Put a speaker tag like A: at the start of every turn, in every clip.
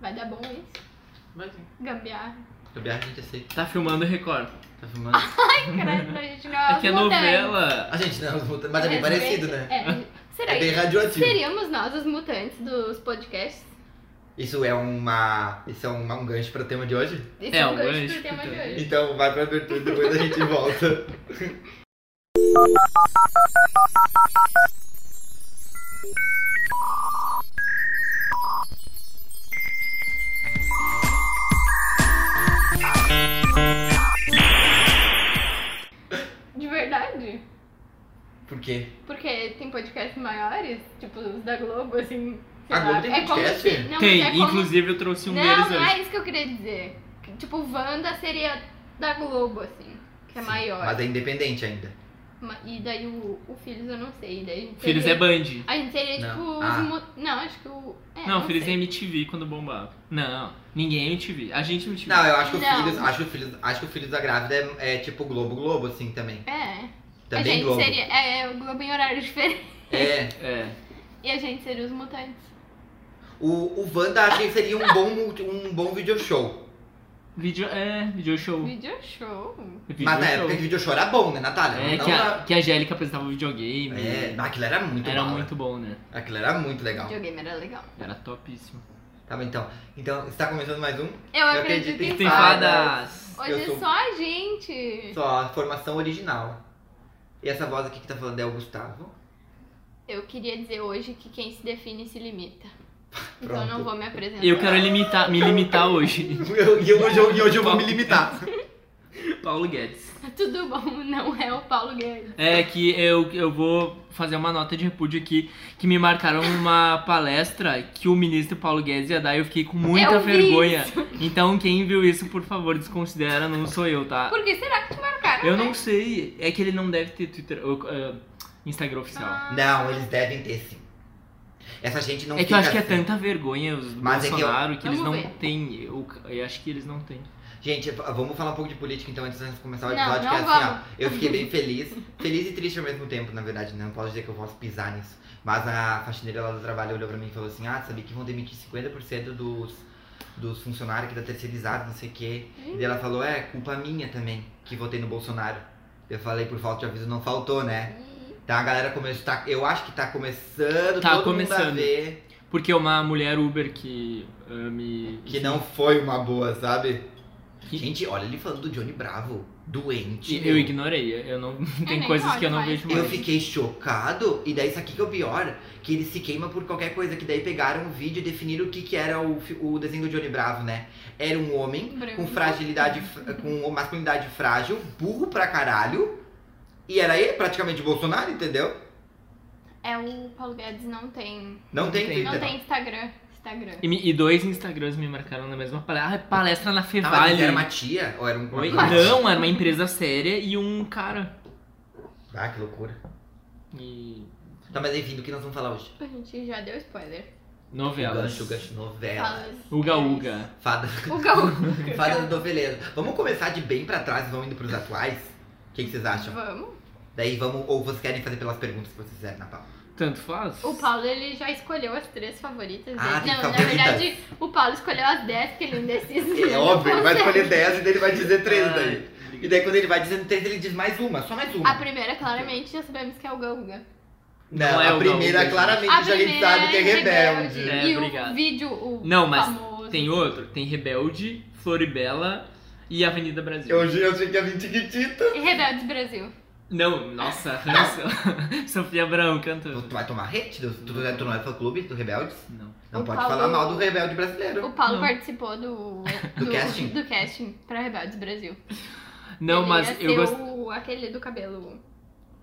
A: Vai dar bom isso?
B: Mas sim.
A: Gambiarra.
B: Gambiarra a gente aceita.
C: é Tá filmando o Record.
B: Tá filmando.
A: Ah. Caralho, pra gente não
C: É que a
A: mudando.
C: novela.
D: A Ah, gente não, mas é bem parecido, né?
A: É. Será
D: É bem
A: que
D: radioativo.
A: seríamos nós os mutantes dos podcasts?
D: Isso é uma. Isso é um, um gancho pro tema de hoje?
A: Esse
C: É,
A: um
C: o
A: gancho
C: gancho
A: pro tema de
C: que tem.
A: hoje.
D: Então vai pra abertura e depois a gente volta.
A: De verdade.
D: Por quê?
A: Porque tem podcasts maiores, tipo os da Globo, assim. sei
D: A Ah, Globo
A: lá.
D: tem
A: é como
D: podcast?
A: se- não,
C: Tem,
A: mas é como-
C: inclusive eu trouxe um deles
A: Não, não
C: hoje.
A: é isso que eu queria dizer. Que, tipo, Wanda seria da Globo, assim. Que é
D: Sim,
A: maior.
D: Mas é independente ainda.
A: Ma- E daí o, o Filhos eu não sei. Daí a gente
C: Filhos é
A: seria-
C: Band.
A: A gente seria
D: Não.
A: tipo. os
D: Ah.
A: mu- Não, acho que o. É,
C: Não, Filhos é
A: sei.
C: MTV quando bombava. Não, ninguém é MTV. A gente é MTV.
D: Não, eu acho que o
A: Tipo, Não.
D: filhos. Acho que o filhos, acho que o filhos da grávida é, é tipo Globo Globo, assim, também.
A: É. a
D: Também
A: gente
D: Globo.
A: seria. É, é, o Globo em horário diferente.
D: É.
C: É.
A: E a gente seria os mutantes.
D: O, o Wanda acho que seria um bom, multi- um bom video show.
C: Video, é, video show.
A: Video show.
C: Video
D: mas na
C: show.
D: época de video show era bom, né, Natália?
C: É,
D: Não
C: que a,
D: dá-
C: que a Angélica apresentava o videogame.
D: É, bah, aquilo era muito
C: era
D: bala.
C: muito bom, né?
D: Aquilo era muito legal.
A: Videogame era legal.
C: Era topíssimo.
D: Tá bom, então. Então, está começando mais um?
A: Eu
D: Eu
A: acredito em
D: acredito
C: Tem
D: em
A: fadas.
C: fadas.
A: Hoje
D: Eu
A: é
D: sou-
A: só a gente.
D: Só a formação original. E essa voz aqui que tá falando é o Gustavo.
A: Eu queria dizer hoje que quem se define se limita. Então eu
D: Pronto.
A: não vou me apresentar.
C: Eu quero limitar, me limitar hoje.
D: Eu- E eu- hoje eu, e hoje eu vou me limitar.
C: Paulo Guedes.
A: Tudo bom, não é o Paulo Guedes.
C: É que eu, eu vou fazer uma nota de repúdio aqui, que me marcaram uma palestra que o ministro Paulo Guedes ia dar e eu fiquei com muita
A: Eu vi
C: vergonha. Então quem viu isso, por favor, desconsidera, não sou eu, tá?
A: Por que será que te marcaram?
C: Eu
A: né?
C: não sei, é que ele não deve ter Twitter, ou, ah, Instagram oficial.
A: Ah,
D: Não, eles devem ter sim. Essa gente não
C: é que eu
D: fica
C: acho que é
D: assim.
C: tanta vergonha os do
D: Mas é que eu-
C: Bolsonaro que, eles não
A: Vamos ver.
C: têm. Eu, eu acho que eles não têm.
D: Gente, vamos falar um pouco de política então antes de começar o
A: Não,
D: episódio,
A: não
D: que é assim,
A: vamos.
D: ó. Eu fiquei bem feliz. Feliz e triste ao mesmo tempo, na verdade, né? Não posso dizer que eu posso pisar nisso. Mas a faxineira lá do trabalho olhou pra mim e falou assim: Ah, sabia que vão demitir 50% dos, dos funcionários aqui da terceirizada, não sei o quê. E ela falou: É, culpa minha também, que votei no Bolsonaro. Eu falei, por falta de aviso, não faltou, né? Tá, a galera começou. Tá, eu acho que tá começando
C: Tá
D: todo mundo a
C: começando.
D: ver
C: Porque uma mulher Uber que ah, me.
D: que não foi uma boa, sabe?
C: Que-
D: Gente, olha ele falando do Johnny Bravo. Doente.
C: Eu
D: meu.
C: ignorei. Eu não. Tem
A: É, nem
C: coisas
A: pode,
C: que eu não
A: vai.
C: vejo mais.
D: Eu fiquei chocado, e daí isso aqui que é o pior, que ele se queima por qualquer coisa, que daí pegaram um vídeo e definiram o que, que era o, fi- o desenho do Johnny Bravo, né? Era um homem
A: Branco.
D: com fragilidade, fr- com masculinidade frágil, burro pra caralho, e era ele praticamente Bolsonaro, entendeu?
A: É o Paulo Guedes não tem.
D: Não tem
C: Não tem.
D: Twitter.
A: Não tem Instagram. Instagram.
C: E, me- e dois Instagrams me marcaram na mesma palestra. Ah, palestra na
D: Ah, mas
C: Fevale.
D: era uma tia? Ou era um...
C: Oi?
D: uma-
C: Não, era uma empresa séria e um cara.
D: Ah, que loucura.
C: E.
D: Tá, mas enfim, do que nós vamos falar hoje?
A: A gente já deu spoiler.
C: Novelas.
D: Gancho, gancho, novela.
A: Falas.
C: Uga Uga.
D: Fada,
A: O Gaúcho.
D: fada do noveleza. Vamos começar de bem pra trás e vamos indo pros atuais? O que, que vocês acham?
A: Vamos.
D: Daí vamos, ou vocês querem fazer pelas perguntas que vocês fizeram na pauta.
C: Tanto faz?
A: O Paulo ele já escolheu as três favoritas dele.
D: Ah, tem
A: não, na
D: favoritas.
A: verdade, o Paulo escolheu as dez que ele indeciso.
D: É óbvio, ele vai escolher 10 e daí ele vai dizer 3
A: Ah.
C: Ai,
D: daí. E daí quando ele vai dizendo 3, ele diz mais uma, só mais uma.
A: A primeira, claramente, já sabemos que é o Gaúga.
D: Não,
C: Não é
D: a
C: o
D: primeira
C: Gaúcho.
D: claramente
A: A
D: já a gente
A: primeira
D: sabe que é rebelde.
C: É,
A: e o
C: obrigado.
A: vídeo, o
C: Não, mas
A: famoso.
C: Ah, Tem outro? Tem Rebelde, Floribela e Avenida Brasil.
D: Eu, ju- eu achei que ia vir Tiquitita.
A: Rebeldes Brasil.
C: Não, nossa, Hansel. Sofia Abraão cantando.
D: Tu vai tomar hate? Tu, tu, tu não é fã clube do Rebeldes?
C: Não.
D: Não
A: O
D: pode
A: Paulo-
D: falar mal do rebelde brasileiro.
A: O Paulo
C: Não.
A: participou do,
D: Do casting?
A: do casting pra Rebeldes Brasil.
C: Não,
A: Ele é
C: mas
A: ia
C: eu,
A: ser
C: gos-
A: o- aquele do cabelo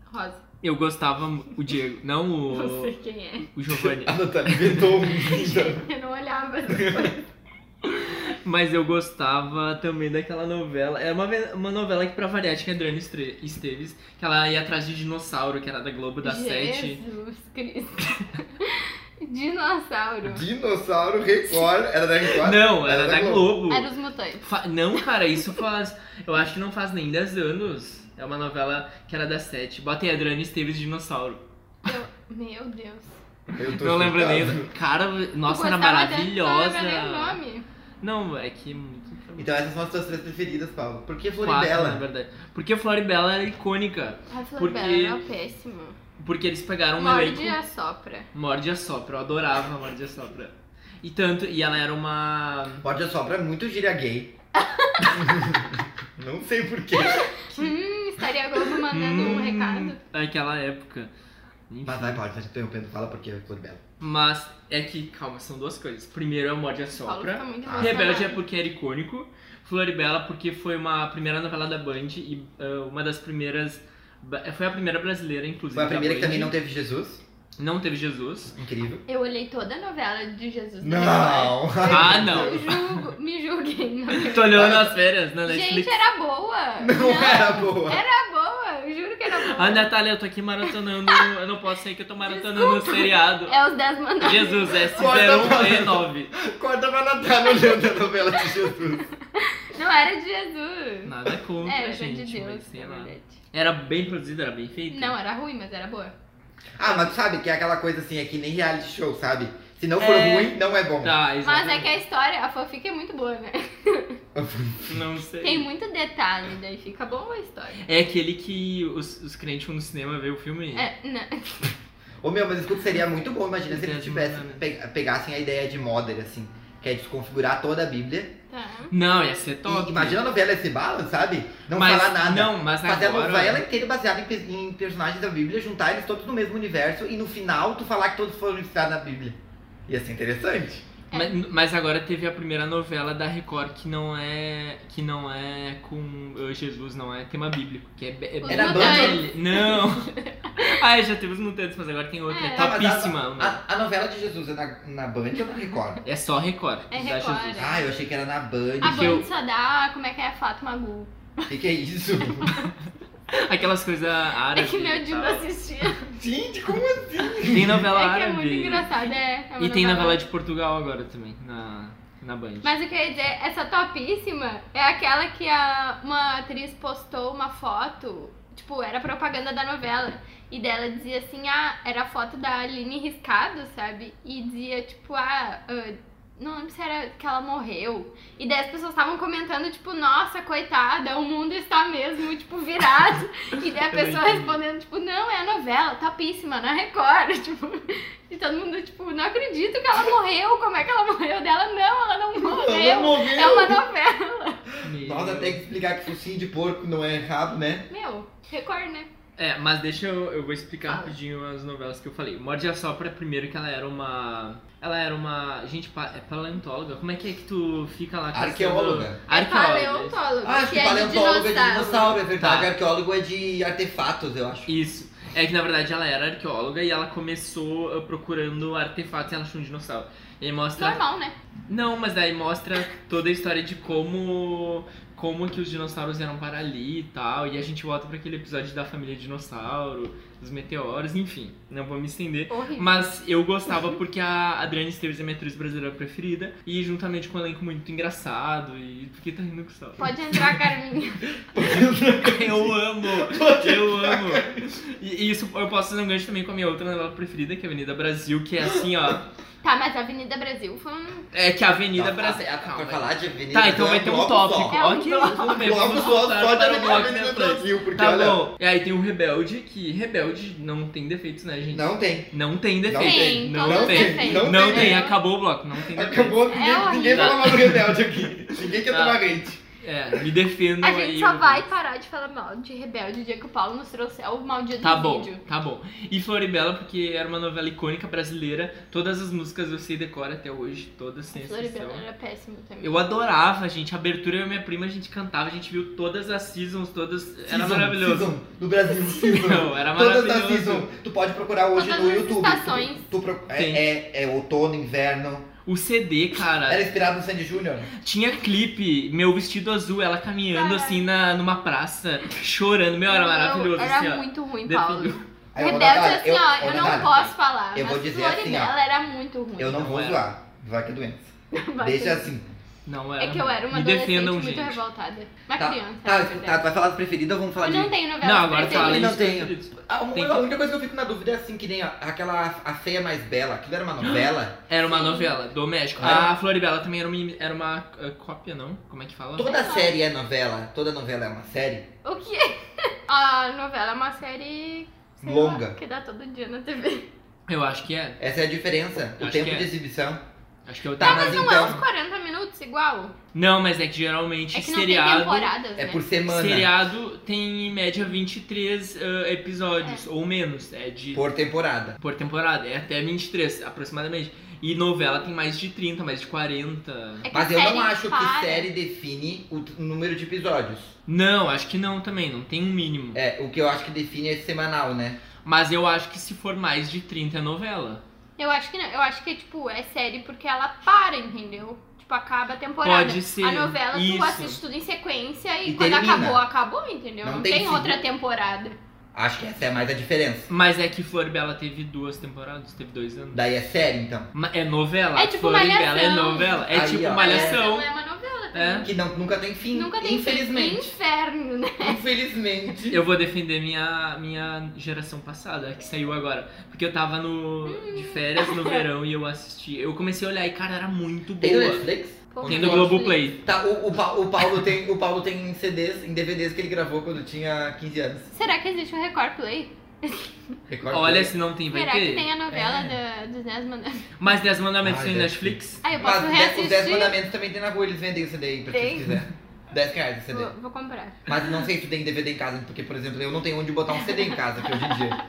A: rosa.
C: eu gostava mu- o Diego, não
A: Não
C: o,
A: sei quem é.
C: o Giovanni.
D: A Natália inventou um vídeo.
A: Eu não olhava. depois.
C: Mas eu gostava também daquela novela. Era uma, ve- uma novela que pra variar tinha Adriana Estre- Esteves, que ela ia atrás de dinossauro, que era da Globo da Sete.
A: Jesus Cristo. Dinossauro.
D: Dinossauro Record. Era da Record?
C: Não, era da Globo.
A: Era os mutantes.
C: Fa- Não, cara, isso faz. Eu acho que não faz nem 10 anos. É uma novela que era da Sete. Bota aí Adriana Esteves e Dinossauro.
A: Eu- Meu Deus.
D: Eu
C: Não lembro nem.
D: chutando.
C: Cara, nossa,
A: Tu gostava dela, tu
C: era
A: não lembra
C: maravilhosa.
A: nem o nome.
C: Não, é que é muito.
D: Então essas são as tuas três preferidas, Paulo. Por que
C: Quatro, na
D: Floribela?
C: verdade. Porque Floribela era icônica.
A: A Flor
C: Porque-
A: Bela era um péssima.
C: Porque eles pegaram um
A: Morde
C: elenco.
A: e assopra.
C: Morde a Sopra, eu adorava Morde a Sopra. E tanto, e ela era uma.
D: Pode sopra muito gíria gay. Não sei porquê.
A: Hum, estaria a Globo mandando um
C: Hum,
A: recado.
C: Naquela época. Enfim.
D: Mas vai, Paulo, tá te interrompendo, fala por que Floribela.
C: Mas é que, calma, são duas coisas. Primeiro é o Morde a
A: Paulo fica
C: Sopra.
A: muito
D: Ah.
C: Rebelde é
A: emocionado.
C: porque era icônico. Floribela porque foi uma primeira novela da Band e ah, uma das primeiras. ba- Foi a primeira brasileira, inclusive.
D: Foi a
C: da
D: primeira que
C: Band.
D: também não teve Jesus.
C: Não teve Jesus.
D: Incrível.
C: é-
A: Eu olhei toda a novela de Jesus. da Record.
D: Não!
C: Ah, não.
A: Eu julgo, me julguem. na
C: Tô
A: verdade.
C: olhando nas férias na Netflix.
A: Gente, era boa.
D: Não é. era boa.
A: Era boa, eu juro que era boa.
C: Ah, Natália, eu tô aqui maratonando. Eu não posso sair que eu tô maratonando o seriado.
A: É os 10 mandamentos.
C: Jesus, é
D: Corta pra-
C: S0139.
D: Corta pra Natália olhando a novela de Jesus.
A: Não era de Jesus.
C: Nada é contra,
A: Era
C: gente.
A: de
C: mas
A: É, Deus,
C: sei
A: na
C: lá.
A: verdade.
C: Era bem produzido, era bem feito.
A: Não, era ruim, mas era boa.
D: Ah, mas tu sabe que é aquela coisa assim, é que nem reality show, sabe? Se não for
C: É.
D: ruim, não é bom.
C: Tá,
A: Mas é
C: exatamente.
A: que a história, a fanfic é muito boa, né?
C: Não sei.
A: é Tem muito detalhe, daí fica boa a história.
C: É aquele que os, os crentes foram no cinema ver o filme.
A: É, não.
D: Ô meu, mas escuta, seria muito bom, imagina se eles
C: Entendi,
D: tivessem,
C: né?
D: pe- pegassem a ideia de Mother, assim, que é desconfigurar toda a Bíblia.
A: Tá.
C: Não, ia ser top.
D: E, imagina a novela esse bala, sabe? Não
C: mas,
D: falar nada.
C: Não, mas
D: Fazer
C: agora...
D: a novela inteira baseada em, pe- em personagens da Bíblia, juntar eles todos no mesmo universo e no final tu falar que todos foram inspirados na Bíblia. Ia ser interessante.
A: É.
C: Mas, mas agora teve a primeira novela da Record que não é que não é com uh, Jesus, não é tema bíblico, que é, be- é
A: Os
C: bem-
A: Mutantes.
C: Não. ah, já teve os mutantes, mas agora tem outra, é,
A: É.
D: Tá, mas a-
C: topíssima.
D: A, a novela de Jesus é na, na Band ou na Record?
C: É só Record,
A: É
C: da
A: Record.
C: Jesus.
D: Ah, eu achei que era na Band.
A: A
C: Que eu-
A: Band só dá, como é que é, Fátima Gu.
D: O que, que é isso?
C: Aquelas coisas
A: É
C: árabes.
A: que meu
C: e
A: Dino
C: tal.
A: assistia.
D: Gente, como
C: Tem novela
A: É que é muito
C: árabe.
A: engraçado, é. é uma
C: e tem novela de Portugal agora também, na, na Band.
A: Mas o que eu ia dizer, essa topíssima é aquela que a, uma atriz postou uma foto, tipo, era propaganda da novela. E dela dizia assim, ah, era a foto da Aline Riscado, sabe? E dizia, tipo, ah, ah, não lembro se era que ela morreu. E daí as pessoas estavam comentando, tipo, nossa, coitada, o mundo está mesmo, tipo, virado. E daí a
C: Eu não
A: pessoa
C: entendi.
A: respondendo, tipo, não, é a novela, topíssima, na Record, tipo. E todo mundo, tipo, não acredito que ela morreu. Como é que ela morreu dela? Não, ela não morreu. É uma novela.
C: Meu-
D: Nossa, tem que explicar que focinho de porco não é errado, né?
A: Meu, Record, né?
C: É, mas deixa eu, eu vou explicar
D: Ah.
A: Fala.
C: rapidinho as novelas que eu falei. Morde a Sopra, primeiro que ela era uma. Ela era uma. Gente, pa- é paleontóloga? Como é que é que tu fica lá caçando-
A: É
D: Arqueóloga.
C: É Arqueóloga.
A: Paleontólogo,
D: Ah, acho
A: que
D: que
A: é de
D: paleontólogo é de
A: dinossauro.
D: dinossauro, é verdade.
C: Tá.
D: Arqueólogo é de artefatos, eu acho.
C: Isso. É que na verdade ela era arqueóloga e ela começou uh, procurando artefatos e ela achou um dinossauro. E aí mostra.
A: Normal, né?
C: Não, mas daí mostra toda a história de como. Como que os dinossauros eram para ali e tal. E a gente volta pra aquele episódio da família dinossauro, dos meteoros, enfim. Não vou me estender.
A: Horrível.
C: Mas eu gostava
D: Uhum.
C: porque a Adriana Esteves é minha atriz brasileira preferida. E juntamente com um elenco muito engraçado. E por que tá rindo com sal?
A: Pode entrar, Carminha.
C: Eu amo! Eu amo! E e isso eu posso fazer um gancho também com a minha outra novela preferida, que é Avenida Brasil, que é assim, ó.
A: Tá, mas Avenida Brasil foi um...
C: É que a Avenida
D: Não,
C: Brasil. ah,
D: a- a-
C: Calma.
D: Pra falar de avenida.
C: Tá, então
D: é
C: vai ter um
D: bloco
C: tópico.
D: só.
A: É um
C: Ok,
A: bloco.
C: tudo bem.
D: Bloco
C: né? vamos
D: só,
C: voltar
D: só da
C: para o
D: Avenida
C: bloco
D: Brasil,
C: depois.
D: porque
C: Tá
D: olha-
C: bom. E aí tem o Rebelde, que Rebelde não tem defeitos, né, gente?
D: Não tem.
C: Não tem
D: Não
C: defeitos.
A: tem,
C: não
A: todos
C: tem,
A: defeitos,
D: não
C: Não,
A: né?
C: tem, acabou o bloco, não tem defeitos.
D: Acabou, ninguém,
A: É horrível.
D: ninguém fala mais do rebelde aqui. Ninguém quer
C: Tá.
D: tomar hate.
C: É, me defendam
A: A
C: aí.
A: gente só
C: eu-
A: vai parar de falar mal de Rebelde o dia que o Paulo nos trouxer o maldito
C: Tá bom,
A: vídeo.
C: tá bom. E Floribela, porque era uma novela icônica brasileira. Todas as músicas eu sei decora até hoje, todas sem exceção.
A: Floribela era péssimo também.
C: Eu adorava, gente. A abertura eu e minha prima, a gente cantava, a gente viu todas as seasons, todas. era
D: Season,
C: maravilhoso.
D: Season, do Brasil, season.
C: Não, era
D: Todas as
C: maravilhoso.
D: season. Tu pode procurar hoje
A: Todas
D: no
A: as
D: YouTube.
A: estações.
D: Tu, tu pro- é,
C: Tem.
D: é- é outono, inverno.
C: O CD, cara,
D: Era inspirado no Sandy Júnior.
C: tinha clipe, meu vestido azul, ela caminhando assim na, numa praça, chorando. Meu, era
A: Não,
C: maravilhoso.
A: Era
C: assim, ó.
A: muito ruim,
C: Definiu.
A: Paulo.
D: Aí eu
A: Rebelde,
D: vou dar-
A: assim, ó,
D: vou
A: eu
D: dar-
A: não posso falar.
D: Eu
A: mas
D: vou dizer assim,
A: Floribela era muito ruim.
D: Eu não
C: Não
D: vou
C: era.
D: zoar. Vai que é doença.
A: Vai
D: Deixa
A: ter-
D: assim.
C: Não era.
A: É que eu era uma
C: Me
A: adolescente
C: defendam,
A: muito
C: gente.
A: revoltada. Uma
D: Tá,
A: É criança.
D: tá,
A: na verdade.
D: tá, tu vai falar do preferido ou vamos falar
A: Eu
D: de.
A: não tenho novela
C: Não, agora
A: preferida.
C: fala
D: Ele
C: aí.
D: não
C: de
D: tem.
C: preferidos.
D: A, uma-
C: Tem-
D: a única coisa que eu fico na dúvida é assim, que nem a- aquela a feia mais bela, aquilo era uma novela.
C: Era uma
A: Sim.
C: novela do México.
D: Ah.
C: A Floribela também era uma, imi- era uma eh, cópia, não? Como é que fala?
D: Toda série é novela, toda novela é uma série.
A: O que é? A novela é uma série. sei lá,
D: Longa.
A: que dá todo dia na TV.
C: Eu acho que é.
D: Essa é a diferença, o
C: Acho
D: tempo
C: que é.
D: de exibição.
C: Acho que eu
D: Tá,
A: Tá,
C: tava.
A: mas
D: mas
A: não é
D: então-
A: uns 40 minutos igual?
C: Não, mas é que geralmente
A: É que não tem
C: seriado.
A: temporadas,
D: É
A: né?
D: por semana.
C: seriado tem em média 23 ah, episódios, ou menos. É de.
D: Por temporada.
C: por temporada, é até 23 aproximadamente. E novela tem mais de 30, mais de 40.
A: É que
D: Mas eu
A: série
D: não acho
A: para.
D: que série define o t- número de episódios.
C: Não, acho que não também, não tem um mínimo.
D: É, o que eu acho que define é semanal, né?
C: Mas eu acho que se for mais de 30 é novela.
A: Eu acho que não. Eu acho que, tipo, é série porque ela para, entendeu? Tipo, acaba a temporada.
C: Pode ser.
A: A novela
C: Isso.
A: tu assiste tudo em sequência e,
D: E
A: quando
D: termina.
A: acabou, acabou, entendeu?
D: Não
A: Não,
D: tem
A: tem,
D: segui-
A: outra temporada.
D: Acho que essa é mais a diferença.
C: Mas é que Floribela teve duas temporadas, teve dois anos.
D: Daí é série, então.
C: Ma- É novela.
A: É tipo
C: Floribela é
A: Malhação.
C: novela. É
D: Aí,
C: tipo
D: ó.
C: malhação.
A: É uma novela
C: É.
A: também.
D: Que não, nunca tem fim.
A: Nunca tem
D: Infelizmente.
A: inferno, né?
D: Infelizmente.
C: Eu vou defender minha, minha geração passada, que saiu agora. Porque eu tava no, de férias
A: Hum.
C: no verão e eu assisti. Eu comecei a olhar e, cara, era muito
D: Tem no
C: boa.
D: Netflix?
A: Pô,
C: Tem
D: no
C: no Globoplay.
D: Tá, o, o, Pa- o Paulo tem, o Paulo tem CDs, em DVDs que ele gravou quando tinha 15 anos.
A: Será que existe um Record Play?
D: Recorda?
C: Olha se não tem, vai É.
A: Será
C: ter.
A: que tem a novela da, dos Dez Mandamentos?
C: Mas 10 mandamentos
D: Ah,
C: tem
D: deve
C: Netflix?
A: Ah, eu posso
D: Mas dez- os 10
A: reassistir?
D: mandamentos também tem na rua, eles vendem o CD aí pra quem
A: Tem.
D: quiser. 10 reais o CD.
A: Vou, vou comprar.
D: Mas não sei se tem DVD em casa, porque, por exemplo, eu não tenho onde botar um CD em casa aqui hoje em dia.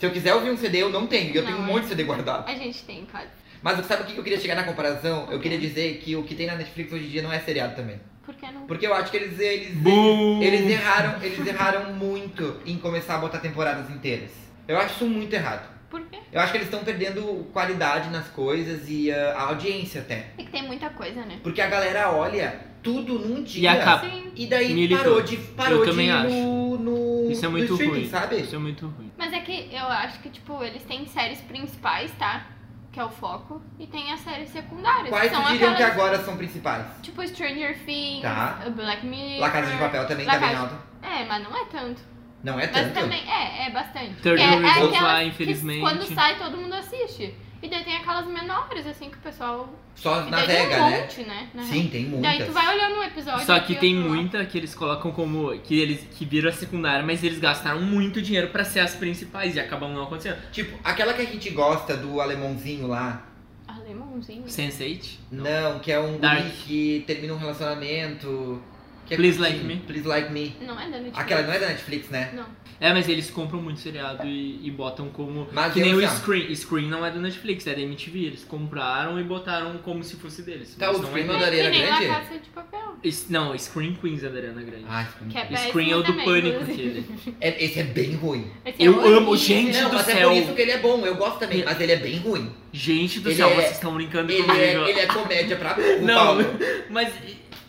D: Se eu quiser ouvir um CD, eu não tenho. E eu
A: Não,
D: tenho um
A: é.
D: monte de CD guardado.
A: A gente tem em casa.
D: Mas sabe o que eu queria chegar na comparação? Eu queria dizer que o que tem na Netflix hoje em dia não é seriado também.
A: Por que não?
D: Porque eu acho que eles, eles,
C: Bum!
D: eles erraram, eles erraram muito em começar a botar temporadas inteiras. Eu acho isso muito errado.
A: Por quê?
D: Eu acho que eles estão perdendo qualidade nas coisas e ah, a audiência até.
A: É que tem muita coisa, né?
D: Porque a galera olha tudo num dia.
C: acaba. Ah,
A: Sim.
D: E daí
C: Militou.
D: parou de parou
C: Eu
D: de
C: também
D: ir
C: acho.
D: no, no
C: Isso é
D: no
C: muito
D: um streaming,
C: ruim.
D: sabe?
C: Isso é muito ruim.
A: Mas é que eu acho que, tipo, eles têm séries principais, tá? Que é o foco. E tem as séries secundárias.
D: Quais
A: que são
D: tu diriam
A: aquelas,
D: que é agora são principais?
A: tipo, Stranger Things, uh,
D: Tá.
A: Black Mirror.
D: La Casa de Papel também
A: La
D: tá bem
A: Casa-
D: alta.
A: É, mas não é tanto.
D: Não é
A: Mas
D: tanto.
A: também, é, é bastante.
C: Thirty
A: é, é
C: Reasons
A: aquelas
C: Why,
A: que
C: infelizmente.
A: quando sai, todo mundo assiste. E daí tem aquelas menores, assim, que o pessoal...
D: Só
A: e daí
D: navega,
A: tem um
D: né?
A: monte, né? na real.
D: Sim, tem muitas.
A: Daí tu vai olhando um episódio.
C: Só que
A: aqui,
C: tem
A: outro lá.
C: muita que eles colocam como. que eles que viram a secundária, mas eles gastaram muito dinheiro pra ser as principais e acabam não acontecendo.
D: Tipo, aquela que a gente gosta do alemãozinho lá.
A: Alemãozinho.
C: Sense8?
D: Não, que é um
C: Dark.
D: guri que termina um relacionamento. que é
C: Please
D: curtinho.
C: Like Me.
D: Please Like Me.
A: Não é da Netflix.
D: Aquela não é da Netflix, né?
A: Não.
C: É, mas eles compram muito seriado e, e botam como.
D: Mas
C: que
D: Ah, eu
C: nem o
D: já-
C: Screen. Screen não é do Netflix, é da MTV. Eles compraram e botaram como se fosse deles.
D: Tá,
C: mas
D: o
C: não
D: Screen
C: é
D: não é
C: deles.
D: da Ariana
A: que nem
D: Grande?
A: La Casa de Papel.
C: Isso- Não, Screen Queens é da Ariana Grande.
D: Ah, isso
A: Que é
D: é...
A: péssimo
C: Screen é o do
A: também,
C: Pânico.
A: inclusive.
C: Aquele.
D: É, esse é bem ruim.
A: Esse
C: Eu
A: horrível.
C: amo, gente
D: não,
C: do
D: mas é
C: céu.
D: por isso que ele é bom. Eu gosto também, mas ele é bem ruim.
C: Gente do
D: Ele
C: céu,
D: é-
C: vocês estão brincando
D: Ele
C: comigo.
D: é, ele é comédia pra burro,
C: Não.
D: Paulo.
C: Mas.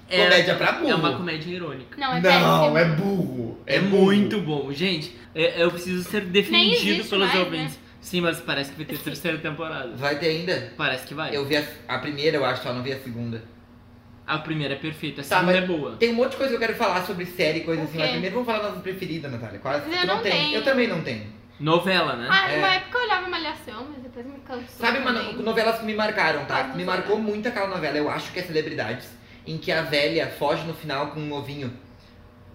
C: é-
D: Comédia pra burro.
C: É uma comédia irônica.
A: Não, é
D: Não,
A: péssimo.
D: é burro.
C: É
D: burro.
C: muito bom. Gente, é- eu preciso ser
A: Nem
C: defendido
A: existe
C: pelos
A: mais, né?
C: ouvintes. Sim, mas parece que vai ter terceira temporada.
D: Vai ter ainda?
C: Parece que vai.
D: Eu vi a, a primeira, eu acho, só não vi a segunda.
C: A primeira é perfeita, a
D: Tá,
C: segunda
D: mas-
C: é boa.
D: Tem um monte de coisa que eu quero falar sobre série, e coisa
A: O
D: assim. Mas
A: quê?
D: primeiro vamos falar das nossas preferidas, Natália. Quase.
A: Mas eu
D: Tu
A: não
D: tem.
A: tenho.
D: Eu também não tenho.
C: Novela, né?
A: Ah, numa
D: É.
A: época eu olhava Malhação, mas depois me cansou.
D: Sabe uma
A: também.
D: no- novelas que me marcaram, tá?
A: Mas
D: Me
A: não
D: marcou muito aquela novela, eu acho que é Celebridades, em que a velha foge no final com um ovinho.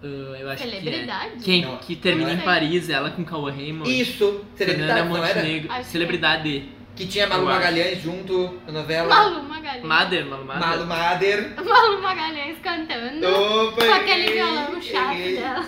C: Ah, eu acho que é.
A: Celebridade?
C: Quem
D: Não,
C: que termina
A: não
C: em
A: é.
C: Paris, ela com Cauã Raymond.
D: Isso,
C: Fernanda
D: Celebridades, não era?
C: Montenegro.
A: Acho que é.
C: Celebridade.
D: Que tinha Malu
C: Eu acho.
D: Magalhães junto na novela.
A: Malu Magalhães.
C: Mader, Malu Mader.
D: Malu Mader.
A: Malu Magalhães cantando.
D: Opa,
A: Com aquele
D: errei,
A: violão chato
D: errei.
A: dela.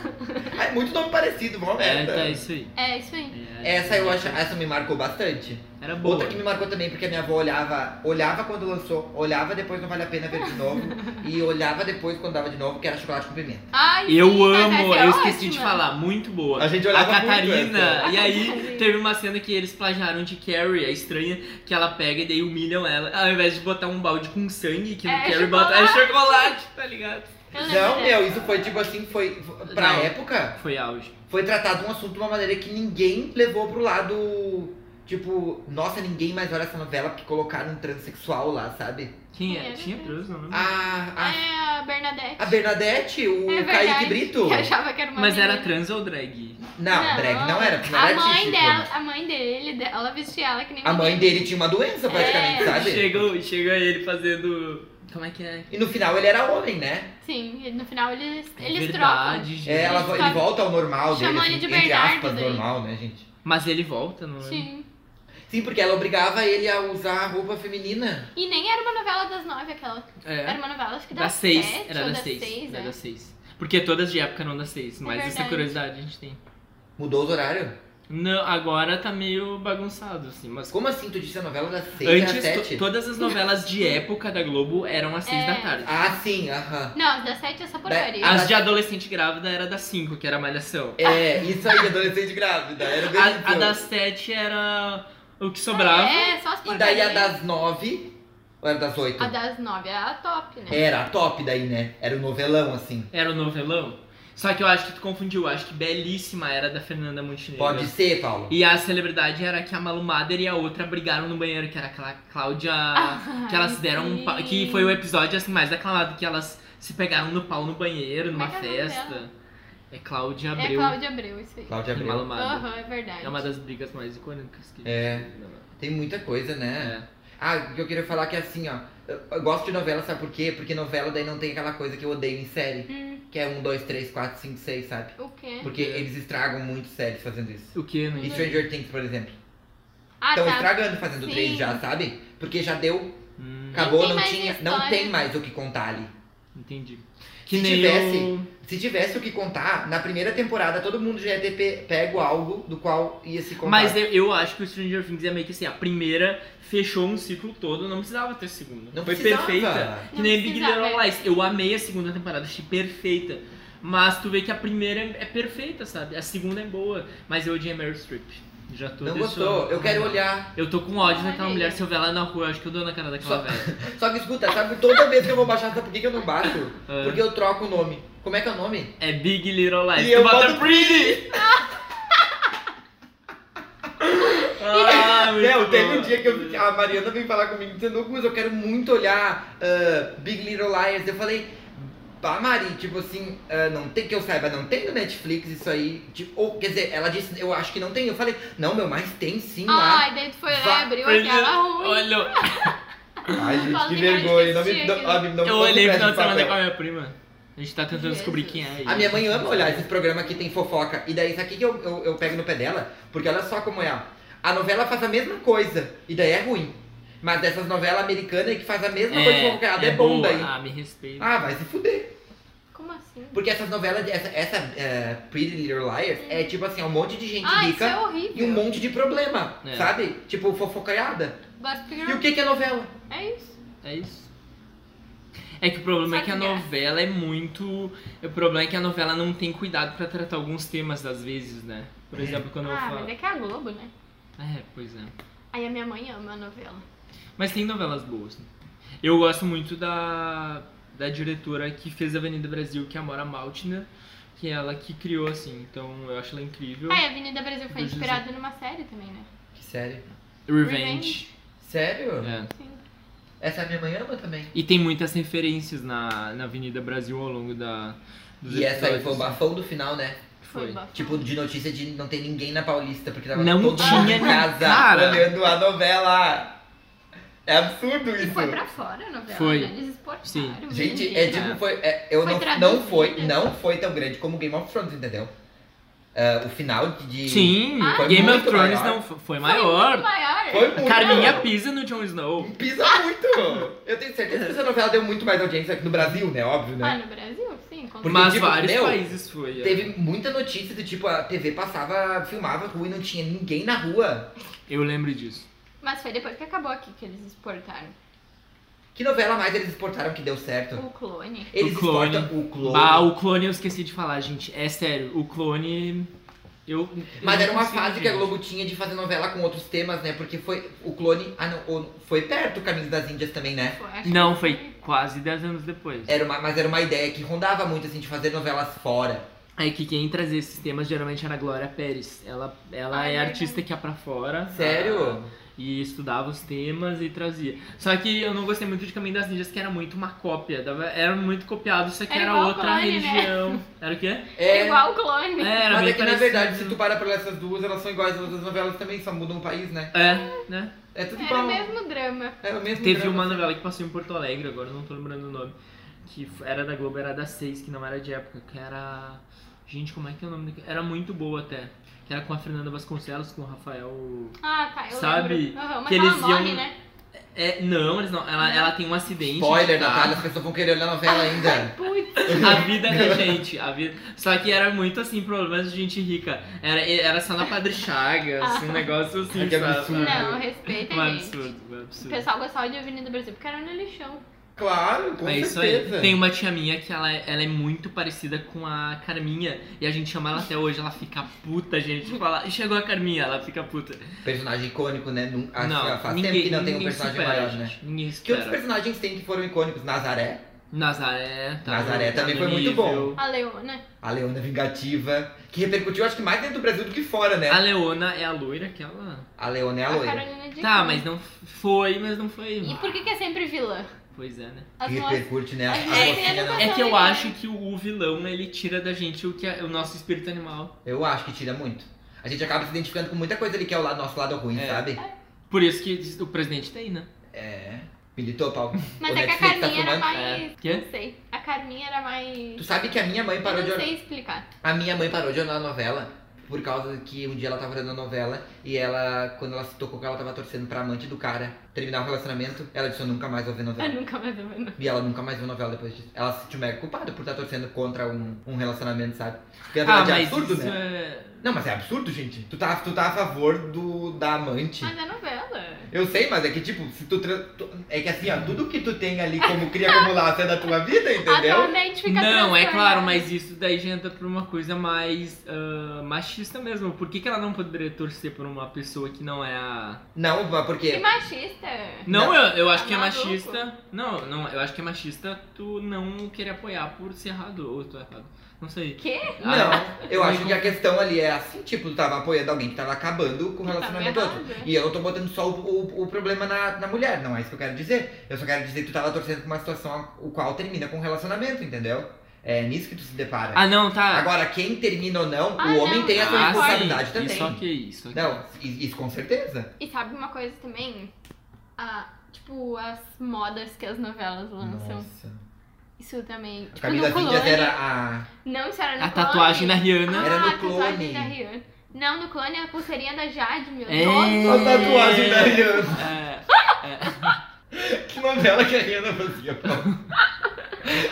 D: Ai, É muito nome parecido, vamos
C: É,
D: merda.
C: tá, isso aí.
A: É isso aí.
C: É,
D: Essa eu acho, essa me marcou bastante.
C: Era boa.
D: Outra que me marcou também, porque a minha avó olhava, olhava quando lançou, olhava depois não vale a pena ver de novo, e olhava depois quando dava de novo, que era chocolate com pimenta.
A: Ai,
C: Eu
A: sim, mas
C: amo,
A: essa é
C: eu esqueci
A: ótima.
C: de falar, muito boa.
D: A gente olhava
C: A
D: muito é.
C: Catarina,
D: essa.
C: e aí
A: Catarina.
C: teve uma cena que eles plagiaram de Carrie, a estranha, que ela pega e daí humilham ela, ao invés de botar um balde com sangue, que no
A: É
C: Carrie bota é chocolate, tá ligado?
A: Eu lembro
D: Não,
A: dessa.
D: meu, isso foi tipo assim, foi. Pra
C: Não.
D: época,
C: Foi auge.
D: foi tratado um assunto de uma maneira que ninguém levou pro lado Tipo, nossa, ninguém mais olha essa novela porque colocaram um transexual lá, sabe?
C: Quem
A: Quem
C: é?
A: era
C: Tinha
A: trans?
C: trans, não lembro.
D: A, a,
A: É a Bernadette.
D: a Bernadette, o
A: é verdade,
D: Kaique Brito.
A: Que achava que era uma
C: Mas era
A: menina.
C: trans ou drag?
D: Não, drag não era, porque não
A: A
D: era
A: mãe
D: artístico. né?
A: dela, a mãe dele, ela vestia ela que nem
D: A mãe
A: menina.
D: dele tinha uma doença praticamente,
A: É.
D: sabe?
C: Chega, o- chega ele fazendo. Como é que é?
D: E no final ele era homem, né?
A: Sim, e no final eles,
C: É
A: eles trocam.
C: verdade, gente.
D: É, ela, vo- ele
A: Sabe?
D: volta ao normal dele,
A: Chamou
D: assim,
A: ele de
D: entre
A: Bernardo
D: aspas,
A: daí.
D: normal, né, gente?
C: Mas ele volta, não é?
A: Sim.
D: Sim, porque ela obrigava ele a usar a roupa feminina.
A: E nem era uma novela das nove aquela. Era
C: É.
A: uma novela, acho que
C: Da
A: das
C: 6.
A: sete
C: Era
A: ou
C: da
A: das
C: 6.
A: seis,
C: Era
A: é.
C: da 6. Porque todas de época não da 6. Mas essa
A: verdade.
C: curiosidade a gente tem.
D: Mudou os horários.
C: Não, agora tá meio bagunçado, assim. Mas
D: Como assim tu disse a novela das seis às
C: antes, to-
D: sete?
C: todas as novelas de época da Globo eram às 6
A: É.
C: da tarde.
D: Ah, sim, aham.
A: Não, as das sete é essa porcaria.
D: Ah,
C: As de adolescente grávida era das 5, que era Malhação.
D: É, isso aí, adolescente grávida. Era bem
C: A, a
D: isso.
C: das 7 era o que sobrava.
A: É, só as
D: E daí
A: porcarias.
D: a das nove, ou era das oito?
A: A das nove era a top, né?
D: Era a top daí, né? Era o novelão, assim.
C: Era o novelão. Só que eu acho que tu confundiu. Eu acho que Belíssima era da Fernanda Montenegro.
D: Pode ser, Paulo.
C: E a celebridade era que a Malu Mader e a outra brigaram no banheiro, que era aquela Cláudia.
A: Ah,
C: que elas deram um pau. Que foi o episódio assim, mais aclamado, que elas se pegaram no pau no banheiro,
A: Como é
C: numa
A: que é o nome
C: festa. É Cláudia
A: É
C: Abreu
A: Cláudia Abreu, isso aí.
D: Cláudia
C: e
D: Abreu.
C: Malu
A: Aham,
C: Mader.
A: é verdade.
C: É uma das brigas mais icônicas que.
D: É. Tem muita coisa, né?
C: É.
D: Ah, o que eu queria falar que é assim, ó. Eu, eu gosto de novela, sabe por quê? Porque novela daí não tem aquela coisa que eu odeio em série.
A: Hum, É.
D: Que é um, dois, três, quatro, cinco, seis, sabe?
A: o quê?
C: Então,
D: Porque
C: É.
D: eles estragam muito séries fazendo isso.
C: O né? que? Não
D: E
C: entendi.
D: Stranger Things, por exemplo.
A: Hum. Ah,
D: Estão
A: tá.
D: estragando fazendo
A: Sim.
D: três já, sabe? Porque já deu,
C: Hum,
D: acabou,
A: tem
D: não,
A: mais
D: tinha. Não
A: história.
D: tem mais o que contar ali.
C: entendi. Que
D: Se
C: nem
D: tivesse-
C: o-
D: Se tivesse o que contar, na primeira temporada todo mundo já ia ter pe- pego algo do qual ia se contar.
C: Mas eu, eu acho que o Stranger Things é meio que assim, a primeira fechou um ciclo todo, não precisava ter segunda.
D: não
C: Foi
D: precisava.
C: perfeita. Que
A: Não
C: nem Big
A: precisava, é.
C: Little Lies. Eu amei a segunda temporada, achei perfeita. Mas tu vê que a primeira é é perfeita, sabe? A segunda é boa. Mas eu odiei a Meryl Streep. Já tô
D: Não
C: deixando-
D: gostou? Eu quero olhar.
C: Eu tô com ódio
A: Olha
C: daquela
A: aí.
C: mulher. Se eu ver ela na rua, eu acho que eu dou na cara daquela
D: Só-
C: velha.
D: Só que escuta, sabe toda vez que eu vou baixar, sabe por que que eu não baixo?
C: Ah.
D: Porque eu troco o nome. Como é que é o nome?
C: É Big Little Lies.
D: E
C: tu
D: eu
C: bota
D: boto
C: Pretty! ah, muito
D: Meu, teve
C: bom.
D: um dia que eu fiquei- a Mariana veio falar comigo dizendo, "Lucas, eu quero muito olhar ah, Big Little Liars. Eu falei, pá, Mari, tipo assim, ah, não tem que eu saiba, não tem no Netflix isso aí. Tipo, ou, quer dizer, ela disse, eu acho que não tem. Eu falei, não, meu, mas tem sim lá.
A: Ai, daí tu foi
D: Va-
A: lá e abriu
C: Pretty-
A: aquela ruim.
C: Olha,
D: Ai, gente,
A: Fala
D: que
A: que mais
D: vergonha. Não me,
A: assistia
D: não,
A: aquilo.
D: ah, me- não,
C: eu
D: não me
C: olhei o
D: preste
C: final de
D: papel.
C: semana com a minha prima. A gente tá tentando descobrir quem é.
D: A minha mãe ama olhar esses programas que tem fofoca. E daí, isso aqui que eu, eu, eu pego no pé dela, porque olha só como é. ó. A novela faz a mesma coisa, e daí é ruim. Mas dessas novelas americanas que faz a mesma coisa fofocada, é, bom
C: boa.
D: daí.
C: Ah, me respeita.
D: Ah, vai se fuder.
A: Como assim?
D: Porque essas novelas, de- essa, essa eh, Pretty Little Liars, é tipo assim, é um monte de gente
A: Ah, isso
D: rica
A: é
D: e um
A: horrível.
D: monte de problema,
C: É.
D: sabe? Tipo, fofocaiada.
A: Gossip
D: E o
A: Girl.
D: que, que é novela?
A: É isso.
C: É isso. É que o problema
A: Só
C: é que a
A: que é.
C: novela é muito. O problema é que a novela não tem cuidado pra tratar alguns temas às vezes, né? Por
D: É.
C: exemplo, quando eu
A: Ah,
C: falo.
A: mas é que é a Globo, né?
C: É, pois é.
A: Aí a minha mãe ama a novela.
C: Mas tem novelas boas. né? Eu gosto muito da, da diretora que fez Avenida Brasil, que é a Mora Maltner, que é ela que criou, assim. Então eu acho ela incrível.
A: Ah, e a Avenida Brasil foi
C: Deixa eu
A: inspirada numa série também, né?
D: Que sério?
A: é.
C: Revenge.
D: Sério?
C: É.
A: Sim.
D: Essa minha mãe ama também.
C: E tem muitas referências na, na Avenida Brasil ao longo da. dos
D: E essa aí foi o
C: episódios.
D: bafão do final, né?
A: Foi.
C: Foi.
A: bafo.
D: Tipo, de notícia de não ter ninguém na Paulista, porque tava
C: Não
D: todo
C: tinha
D: mundo
C: nem-
D: em casa
C: cara.
D: olhando a novela. É absurdo
A: E
D: isso.
A: foi pra fora a novela,
C: Foi.
A: né? Eles exportaram.
C: Sim.
D: Gente, é
A: venderam.
D: tipo,
C: É.
D: foi. é, eu
A: Foi né?
D: não, não
A: traduzida.
D: foi, não foi tão grande como Game of Thrones, entendeu? Ah, o final de.
C: Sim,
A: Ah,
D: foi
C: Game of
D: muito
C: Thrones
D: maior.
C: não fo- foi
A: Foi
C: maior.
A: muito maior.
D: Foi muito.
C: Carminha pisa no Jon Snow.
D: Pisa muito! Eu tenho certeza que essa novela deu muito mais audiência aqui no Brasil, né? Óbvio,
A: Ah,
D: né?
A: no Brasil? Sim, com
C: Mas
D: tipo,
C: vários
D: meu,
C: países foi. é.
D: Teve muita notícia do tipo, a TV passava, filmava a rua e não tinha ninguém na rua.
C: Eu lembro disso.
A: Mas foi depois que acabou aqui que eles exportaram.
D: Que novela mais eles exportaram que deu
C: Tá.
D: certo?
A: O clone.
D: Eles
C: O Clone.
D: exportam o clone.
C: Ah, o clone eu esqueci de falar, gente. É sério, o clone. Eu.
D: Mas
C: eu
D: era uma
C: consigo,
D: fase que a
C: gente.
D: Globo tinha de fazer novela com outros temas, né? Porque foi o clone. Ah, não. o- Foi perto o Caminho das Índias também, né?
A: Foi, acho que
C: Não, foi quase 10 anos depois.
D: Era uma, mas era uma ideia que rondava muito, assim, de fazer novelas fora.
C: Aí É que quem trazia esses temas geralmente era a Glória Pérez. Ela, ela
A: Ah, é
C: é
A: verdade.
C: artista que é pra fora.
D: Sério?
C: E estudava os temas e trazia. Só que eu não gostei muito de Caminho das Ninjas, que era muito uma cópia. dava- Era muito copiado, só que
A: Era
C: era,
A: igual
C: outra
A: clone, né?
C: religião. Era o quê?
A: É igual o clone.
C: É, era
D: Mas
C: bem
D: é que na
C: parecido.
D: verdade, se tu para pra olhar essas duas, elas são iguais às outras novelas também, só mudam o país, né?
C: É, assim. né?
D: É tudo
A: Era o
D: igual.
A: mesmo drama.
D: É o mesmo
C: Teve
D: drama.
C: uma novela que passou em Porto Alegre, agora eu não tô lembrando o nome. Que f- era da Globo, era da seis que não era de época, que era. Gente, como é que é o nome daquele? Era muito boa até. Que era com a Fernanda Vasconcelos, com o Rafael.
A: Ah, tá, eu
C: Sabe
A: lembro. Aham, mas
C: que
A: ela
C: eles iam-
A: morre, né?
C: É, não, eles não. Ela, ela tem um acidente.
D: Spoiler,
C: de carro.
D: Natália, as pessoas vão querer olhar a novela ainda.
A: Putz.
C: A vida da gente, a vida. Só que era muito assim, problemas de gente rica. Era, era só na Padre Chagas, um negócio assim.
D: Ah, que
C: sabe?
D: absurdo.
A: Não, respeita
C: Um
A: a gente.
C: absurdo, um
A: O
C: absurdo.
A: pessoal gostava de Avenida Brasil porque era no lixão.
D: Claro, com
C: É isso aí.
D: certeza.
C: Tem uma tia minha que ela, ela é muito parecida com a Carminha. E a gente chama ela até hoje, ela fica puta, gente. Fala, chegou a Carminha, ela fica puta.
D: Personagem icônico, né? Nun- acho que
C: não,
D: faz
C: ninguém,
D: tempo que não tem um
C: ninguém
D: personagem
C: supera,
D: maior, né?
C: gente. Ninguém
D: Que outros
C: supera.
D: personagens tem que foram icônicos? Nazaré,
C: Nazaré, tá
D: Nazaré
C: no- tá
D: também
C: no
D: foi muito
C: nível.
D: bom.
A: A Leona.
D: a Leona Vingativa, que repercutiu acho que mais dentro do Brasil do que fora, né?
C: A Leona é a loira, aquela.
D: A Leona é a
A: A
D: loira.
A: Carolina de
C: Tá,
A: Cunha.
C: mas não foi, mas não foi.
A: é? E por que, que é sempre vilã?
C: Pois é, né?
A: As
D: Que
A: moças.
D: repercute, né? A
A: As mulheres
D: mocinha,
A: não
D: não.
A: gostam.
C: É que eu acho que o vilão ele tira da gente o que é o nosso espírito animal.
D: Eu acho que tira muito. A gente acaba se identificando com muita coisa ali que é o lado, nosso lado ruim,
C: É.
D: sabe?
C: Por isso que o presidente tem, né?
D: É. Militou, Paulo.
A: Mas
D: O
A: é que a
D: Netflix tá
A: Carminha era
D: filmando?
A: mais.
C: É. Quê?
A: Não sei. A Carminha era mais.
D: Tu sabe que a minha mãe parou
A: Eu
D: de
A: não sei explicar.
D: A minha mãe parou de olhar a novela por causa que um dia ela tava olhando a novela e ela, quando ela se tocou que ela tava torcendo pra amante do cara terminar o relacionamento, ela disse: Eu nunca mais vou ver
A: Eu
D: novela.
A: nunca mais vou ver. não.
D: E ela nunca mais viu novela depois disso. Ela se sentiu mega culpada por estar torcendo contra um, um relacionamento, sabe? Porque na
C: Ah,
D: verdade é
C: mas
D: absurdo,
C: isso
D: né?
C: é.
D: Não, mas é absurdo, gente. Tu tá, tu tá a favor do, da amante.
A: Mas é novela.
D: Eu sei, mas é que tipo, se tu, tra- tu- É que assim, ó, tudo que tu tem ali como cria como laço é da tua vida, entendeu?
A: Atualmente fica
C: não, é
A: transtornada.
C: claro, mas isso daí já entra pra uma coisa mais ah, machista mesmo. Por que, que ela não poderia torcer por uma pessoa que não é a.
A: tá.
D: Não, mas por
A: Que
D: quê?
A: machista.
C: Não,
D: Não.
C: eu, eu acho
A: Tá
C: que é
A: maluco?
C: machista. Não, não, eu acho que é machista tu não querer apoiar por ser errado. Ou tô errado. Não sei.
A: Quê?
C: Ah,
D: Não, eu acho que a questão ali é assim, tipo, tu tava apoiando alguém que tava acabando com o
A: Tava
D: relacionamento é outro.
A: errado.
D: E eu não tô botando só o, o, o problema na, na mulher, não é isso que eu quero dizer. Eu só quero dizer que tu tava torcendo pra uma situação a- o qual termina com um relacionamento, entendeu? É nisso que tu se depara.
C: ah, não, tá.
D: Agora, quem termina ou não,
A: Ah,
D: o homem
A: não,
D: tem a sua
A: ah,
D: responsabilidade
C: sim, Isso
D: também.
C: ok, isso ok.
D: Não, i- isso com certeza.
A: E sabe uma coisa também? Ah, tipo, as modas que as novelas lançam. Isso também.
D: A
A: Tipo,
D: Camila
A: no
D: Vindias
A: clone.
D: era a.
A: Não, isso era no
C: A
A: clone.
C: tatuagem da Rihanna.
A: Ah,
D: Era no
A: a tatuagem
D: clone.
A: da Rihanna. Não, no clone é a pulseirinha da Jade, meu.
C: É.
A: Nossa.
D: A tatuagem da Rihanna.
C: É,
D: Que novela que a Rihanna fazia, Paulo?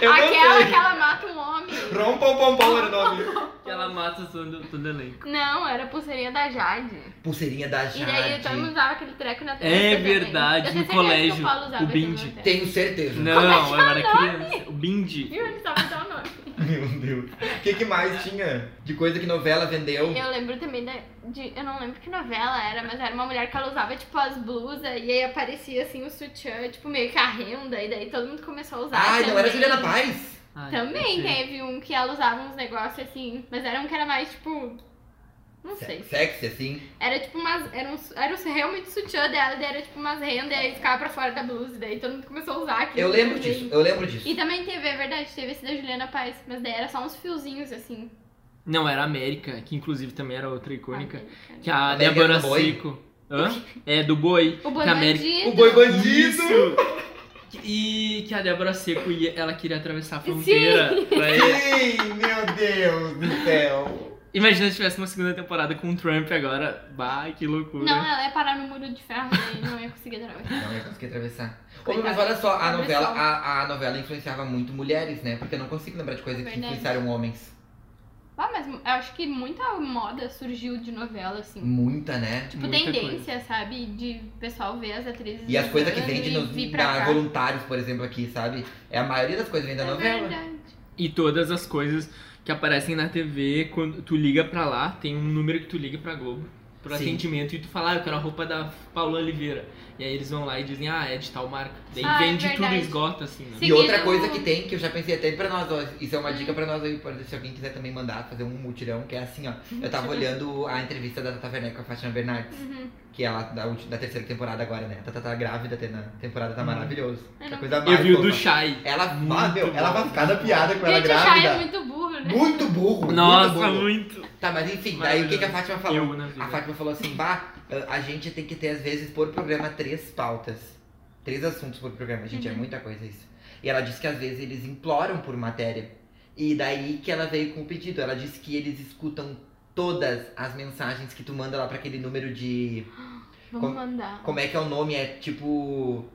D: Eu
A: aquela
D: não
A: que
D: sei.
A: ela mata um homem.
D: Rom pom pom pom era o nome.
C: que ela mata todo, todo elenco.
A: Não, era a pulseirinha da Jade.
D: Pulseirinha da Jade.
A: E daí eu também usava aquele treco na testa
C: É
A: também.
C: verdade,
A: Eu tenho certeza
C: no colégio,
A: que o Paulo usava
C: o bindi.
A: aquele treco.
D: Tenho certeza.
A: é
C: Não, eu era criança. O Bindi.
A: Viu? Ele sabe até o nome.
D: Meu Deus. O que, que mais tinha? De coisa que novela vendeu?
A: Eu lembro também da, de. Eu não lembro que novela era, mas era uma mulher que ela usava, tipo, as blusas e aí aparecia assim o sutiã, tipo, meio que a renda, e daí todo mundo começou a usar.
D: Ai, não era
A: também.
D: Juliana Paz?
C: Ai,
A: Também
C: não sei.
A: teve um que ela usava uns negócios assim, mas era um que era mais tipo. Não sei.
D: Sexy, assim.
A: Era tipo umas. Era, um, era um- realmente o sutiã dela, daí era tipo umas rendas, e aí ficava pra fora da blusa, e daí todo mundo começou a usar aquilo.
D: Eu lembro
A: também.
D: disso, eu lembro disso.
A: E também teve, é verdade, teve esse da Juliana Paz, mas daí era só uns fiozinhos assim.
C: Não, era América, que inclusive também era outra icônica.
A: Ah,
C: Que a
D: América
C: Débora
D: do boi?
C: Seco. Hã? É, do boi.
A: O boi
C: que a América-
A: bandido.
D: O boi bandido.
C: Isso! E que a Débora Seco ia, ela queria atravessar a fronteira pra ele.
D: Sim, meu Deus do céu.
C: Imagina se tivesse uma segunda temporada com o Trump agora. Bah, que loucura.
A: Não, é, ela ia parar no muro de ferro daí não ia conseguir atravessar.
D: Não ia conseguir atravessar. Ô,
A: Coitada.
D: mas olha só, a
A: Olha
D: novela,
A: só.
D: a, a novela influenciava muito mulheres, né? Porque eu não consigo lembrar de coisas que
A: Verdade.
D: influenciaram homens.
A: Ah, mas eu acho que muita moda surgiu de novela, assim.
D: Muita, né?
A: Tipo,
C: Muita
A: tendência, sabe? De pessoal ver as atrizes.
D: E as coisas que
A: usando
D: vende
A: e
D: nos
A: vir pra
D: na
A: cá.
D: voluntários, por exemplo, aqui, sabe? É a maioria das coisas vem da
A: É
D: novela.
A: verdade.
C: E todas as coisas que aparecem na TV, quando tu liga pra lá, tem um número que tu liga pra Globo. pro
D: Sim.
C: atendimento e tu fala, ah, eu quero a roupa da Paula Oliveira. E aí eles vão lá e dizem, ah, é de tal marca. Daí
A: Ah, é
C: vende tudo
A: verdade.
C: esgota, assim, né?
A: Sim.
D: E outra
A: Seguindo-
D: coisa que tem, que eu já pensei até pra nós, ó, isso é uma dica pra nós aí, pra- se alguém quiser também mandar, fazer um mutirão, que é assim, ó.
A: Hum,
D: Eu tava olhando a entrevista da Tata Werneck com a Fátima Bernardes,
A: Uhum.
D: que é ela da, ulti- da terceira temporada agora, né? A Tata tá grávida, tem na temporada tá
C: Hum.
D: maravilhoso.
A: Eu
D: Que
A: não-
D: coisa mais
C: Eu vi o
D: fofa.
C: do Shai.
D: Ela, ah,
C: Muito
D: meu, ela
C: bom.
D: vai ficar da piada com ela
A: Gente, o Chay
D: grávida.
A: é muito burro, né?
D: Muito burro.
C: Nossa,
D: muito burro.
C: muito.
D: Tá, mas enfim, daí o que, que a Fátima falou?
C: Eu, na
D: A
C: vida.
D: Fátima falou assim, bah, a gente tem que ter, às vezes, por programa, três pautas. Três assuntos por programa, gente, é
A: Uhum.
D: muita coisa isso. E ela disse que às vezes eles imploram por matéria. E daí que ela veio com o pedido. Ela disse que eles escutam todas as mensagens que tu manda lá pra aquele número de.
A: Vamos
D: Como-
A: mandar.
D: Como é que é o nome? É tipo.